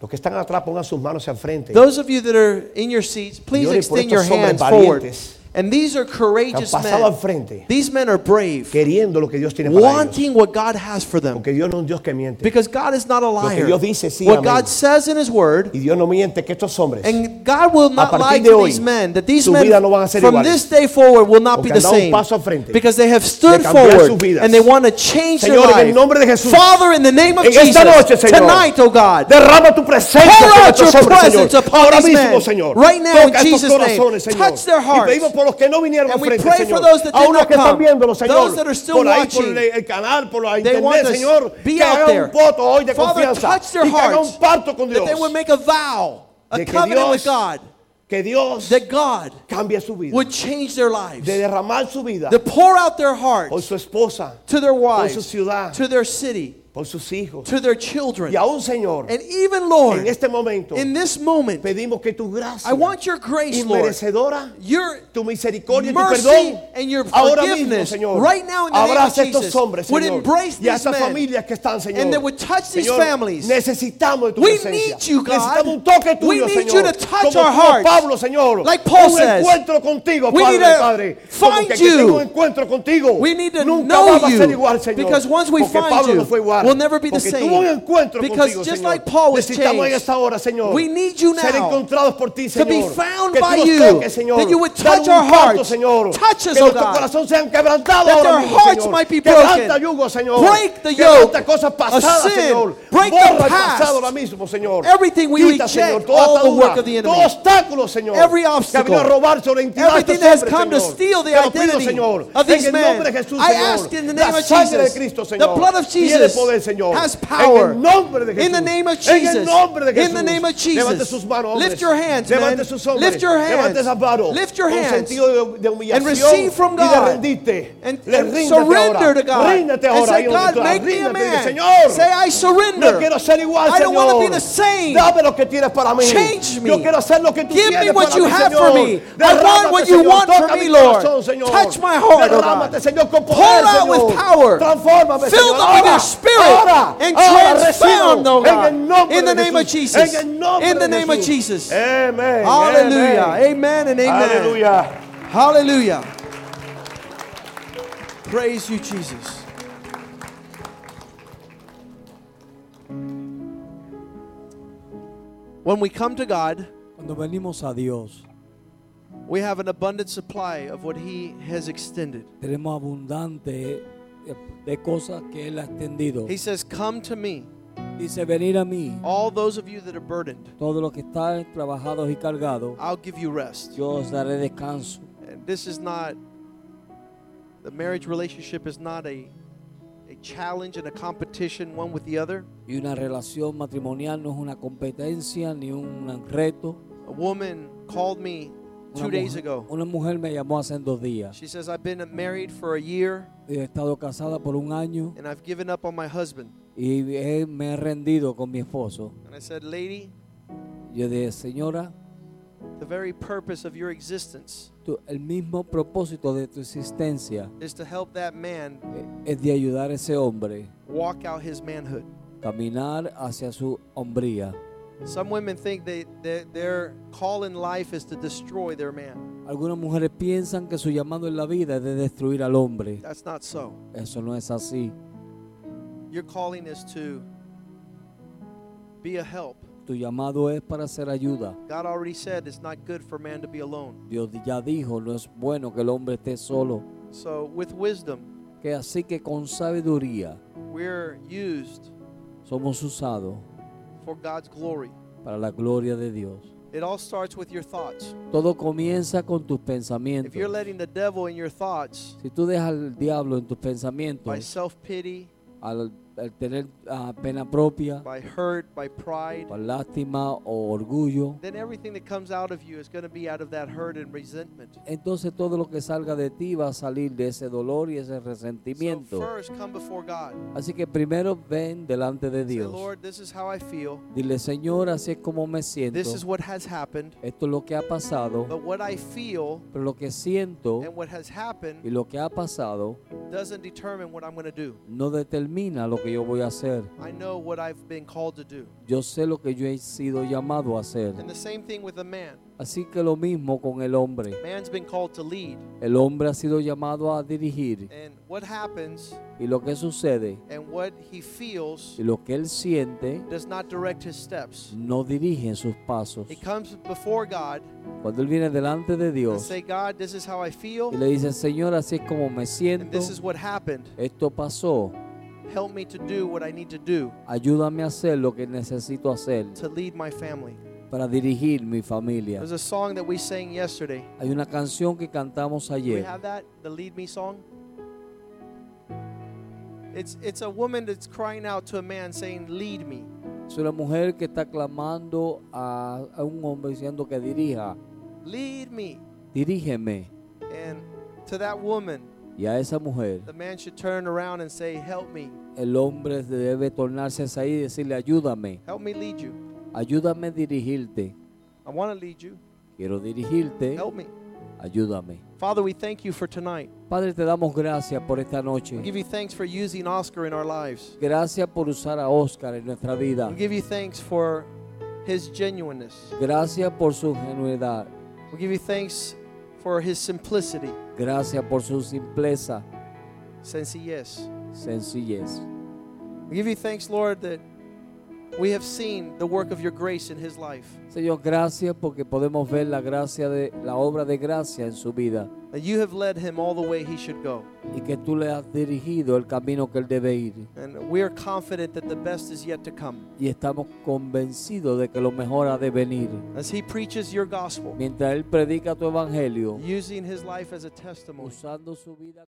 Los que están atrás pongan sus manos al frente.
Those of you that are in your seats,
Y
please
ore por estos
extend your
hombres
hands forward
valientes
And these are
Han
courageous
pasado al
men.
frente
These men are brave,
queriendo lo que Dios tiene para ellos.
wanting what God has for them.
Porque Dios no es un Dios que miente.
Because God is not a liar.
Dios dice, sí,
what
amén.
God says in His Word,
Y Dios no miente que estos hombres,
and God will not
partir
lie
de
to
hoy,
these men, that these
su
men
vida no van a ser
from
iguales.
this day forward will not be
Porque
the
han dado un
same.
paso al frente
Because they have
de
stood
cambiar sus
forward
vidas.
and they want to change their
Señor, en
life.
el nombre de Jesús,
Father, in the name of
en
Jesus,
esta noche, Señor,
tonight, oh God,
derrama tu presencia
Pour
sobre
out
estos
your
hombres, Señor.
presence upon
Ahora
these
mismo,
men.
Señor.
Right now,
Toca
in
estos
Jesus' name.
corazones, Señor.
Touch their
Y
hearts.
pedimos por los que no vinieron al
And we
frente,
pray
Señor.
for those that did
a unos
not
que están
come.
viéndolo, Señor.
Those that are still
por ahí,
watching.
por el, el canal, por la
They want
internet,
to
Señor.
be
que
out
hagan
there.
un voto hoy de
Father,
confianza.
touch their
y que hagan
hearts.
un parto con Dios.
that they would make a vow, a
de que
covenant
Dios,
with God,
que Dios
that God
cambie su vida.
would change their lives,
de derramar su vida
to pour out their hearts
por su esposa,
to their
por
wives,
su ciudad,
to their city,
por sus hijos.
to their children,
Y aún, Señor,
and even Lord,
en este momento
in this moment,
pedimos que tu gracia
I want your grace, Lord,
inmerecedora,
your
tu misericordia y tu
mercy
perdón
and your
ahora mismo,
forgiveness,
Señor,
right now in the name of
abraza a estos
Jesus,
hombres,
would
Señor,
embrace
y a
these
estas
men,
familias que están, Señor.
and that would touch these
Señor,
families.
necesitamos de tu
We
presencia.
need you, God.
Necesitamos un toque tuyo,
We need
Señor.
you to touch
como
our
tuvo
hearts.
Pablo, Señor,
Like Paul
un
says,
encuentro contigo,
we
Padre,
need to
Padre. como
find
que aquí tengo
you.
un encuentro contigo.
We need to
Nunca
know
va a
you,
ser igual, Señor.
because once we
Porque
find
Pablo
you,
no fue igual.
we'll never be the
Porque
same.
tuvo un encuentro
Because
contigo,
just
Señor.
like Paul was
Necesitamos en
changed,
esta hora, Señor,
we need you
ser
now
encontrados por ti,
to
Señor.
be found
que tú
by
nos
you,
toques, Señor.
that you would
Dar
touch
un
our
parto,
hearts.
Señor.
Touch us,
que
oh
nuestros
God.
corazones sean quebrantados
That
ahora
our
mismo,
hearts
Señor.
might be
Quebranta
broken.
yugo, Señor.
Break the
Quebranta
yoke
cosas
of
pasadas,
sin.
Señor.
Break the
Borra el
past.
pasado ahora mismo, Señor.
Everything we
Quita,
reject,
Señor, toda
all the
atadura,
work of the enemy.
Todo obstáculo, Señor.
Every
Que ha venido a
obstacle.
robar sobre identidad de
Everything
estos
that has
hombres,
come to
Señor.
steal the
Te lo pido,
identity
Señor,
of these
en el
men.
nombre de Jesús,
I
Señor.
ask in the
La
name of
sangre
Jesus.
de Cristo,
The
Señor.
blood of
Tiene
Jesus
poder, Señor.
has
En
power.
el nombre de Jesús.
In the name of
En el
Jesus.
nombre de
In
Jesús.
the name of Jesus.
Levante sus manos, hombres.
Lift your hands,
Levante
men.
sus hombres.
Lift your hands.
Levante esas manos.
Lift your
Con
hands.
sentido de, de humillación
receive from
y de
God.
rendirte.
And,
Le
and
ríndete
surrender
ahora.
to God.
Ríndete
and
ahora
say,
ahí donde
God,
tú estás.
make me a
Ríndete y
man.
dice, Señor.
say, I surrender.
No quiero ser igual,
I
Señor.
don't want to be the same.
Dame lo que tienes para mí.
Change me.
Yo quiero hacer lo que tú
Give me
tienes
what
para
you
mí,
have
Señor.
for me. I want
Derrámate,
what you
Señor.
want
Toca
for
mi
me, Lord.
corazón, Señor.
Touch my heart, oh
Derrámate,
God.
Señor, con
Pour
poder,
out
Señor.
with power.
Transfórmame,
Fill
Señor.
them with
Ahora,
your spirit
ahora,
and
ahora,
transform,
recibo.
oh God.
En el nombre
In the
de
name of
Jesús.
Jesus.
En el nombre
In
de
the name of
Jesús.
Jesus.
Amén.
Hallelujah.
amén.
Amen and amen.
Aleluya.
Hallelujah. Praise you, Jesus. When we come to God,
Cuando venimos a Dios,
we have an abundant supply of what He has extended.
tenemos abundante de, de cosas que Él ha extendido.
He says, Come to me,
Dice, venir a mí,
all those of you that are burdened,
todos los que están trabajados y cargados,
I'll give you rest.
yo os daré descanso.
And this is not, the marriage relationship is not a, a challenge and a competition one with the other.
Y una relación matrimonial no es una competencia ni un reto.
A woman called me
Una
two days
mujer-
ago.
una mujer me llamó hace dos días.
She says, I've been married for a year
Yo he estado casada por un año
and I've given up on my husband.
y he- me he rendido con mi esposo.
And I said, Lady,
Yo dije, señora,
the very purpose of your existence
tú- el mismo propósito de tu existencia
is to help that man
eh, es de ayudar a ese hombre
walk out his manhood.
caminar hacia su hombría.
Some women think they, they, their call in life is to destroy their man.
Algunas mujeres piensan que su llamado en la vida es de destruir al hombre.
That's not so.
Eso no es así.
Your calling is to be a help.
Tu llamado es para hacer ayuda.
God already said it's not good for man to be alone.
Dios ya dijo, no es bueno que el hombre esté solo.
So, with wisdom,
Que así que con sabiduría
we're used
somos usados
for God's glory.
para la gloria de Dios.
It all starts with your thoughts.
Todo comienza con tus pensamientos.
If you're letting the devil in your thoughts
Si tú dejas al diablo en tus
by
pensamientos,
self pity,
al, al tener ah, pena propia,
by hurt, by pride,
por lástima o orgullo,
then everything that comes out of you is going to be out of that hurt and resentment.
entonces todo lo que salga de ti va a salir de ese dolor y ese
So
resentimiento.
first, come before God.
Así que primero ven delante de
Say,
Dios.
Lord, this is how I feel.
Dile, Señor, así es como me siento.
This is what has happened.
Esto es lo que ha pasado.
But what I feel
Pero lo que siento
and what has
y
happened
lo que ha pasado
doesn't determine what I'm going to do.
no determina lo que que yo voy a hacer.
I know what I've been called to do.
Yo sé lo que yo he sido llamado a hacer.
And the same thing with a man.
Así que lo mismo con el hombre.
Man's been called to lead.
El hombre ha sido llamado a dirigir.
And what happens
Y lo que sucede
and what he feels
y lo que él siente
does not direct his steps.
no dirige sus pasos.
He comes before God
Cuando él viene delante de
and
Dios
say, God, this is how I
y
feel,
le dice, Señor, así es como me
and
siento,
this is what happened.
esto pasó,
Help me to do what I need to do
ayúdame a hacer lo que necesito hacer
to lead my family.
para dirigir mi familia.
There's a song that we sang yesterday.
Hay una canción que cantamos
Do we
ayer,
have that? The lead me song? It's it's a woman that's crying out to a man saying, Lead me.
es una mujer que está clamando a, a un hombre diciendo que dirija,
Lead me.
dirígeme.
And to that woman,
Y a esa mujer,
the man should turn around and say, Help me.
el hombre debe tornarse hacia ahí y decirle, ayúdame,
Help me lead you.
ayúdame a dirigirte,
I want to lead you.
quiero dirigirte,
Help me.
ayúdame.
Father, we thank you for tonight.
Padre, te damos gracias por esta
We
noche.
give you thanks for using Oscar in our lives.
Gracias por usar a Oscar en nuestra vida.
We give you thanks for his genuineness.
Gracias por su genuidad.
We give you thanks for his simplicity,
Gracias por su simpleza,
sencillez.
sencillez.
We give you thanks, Lord, that we have seen the work of your grace in his life,
Señor, gracias porque podemos ver la gracia de la obra de gracia en su vida
that you have led him all the way he should go.
y que tú le has dirigido el camino que él debe ir.
And we are confident that the best is yet to come.
Y estamos convencidos de que lo mejor ha de venir.
As he preaches your gospel,
Mientras él predica tu evangelio,
using his life as a testimony.
usando su vida.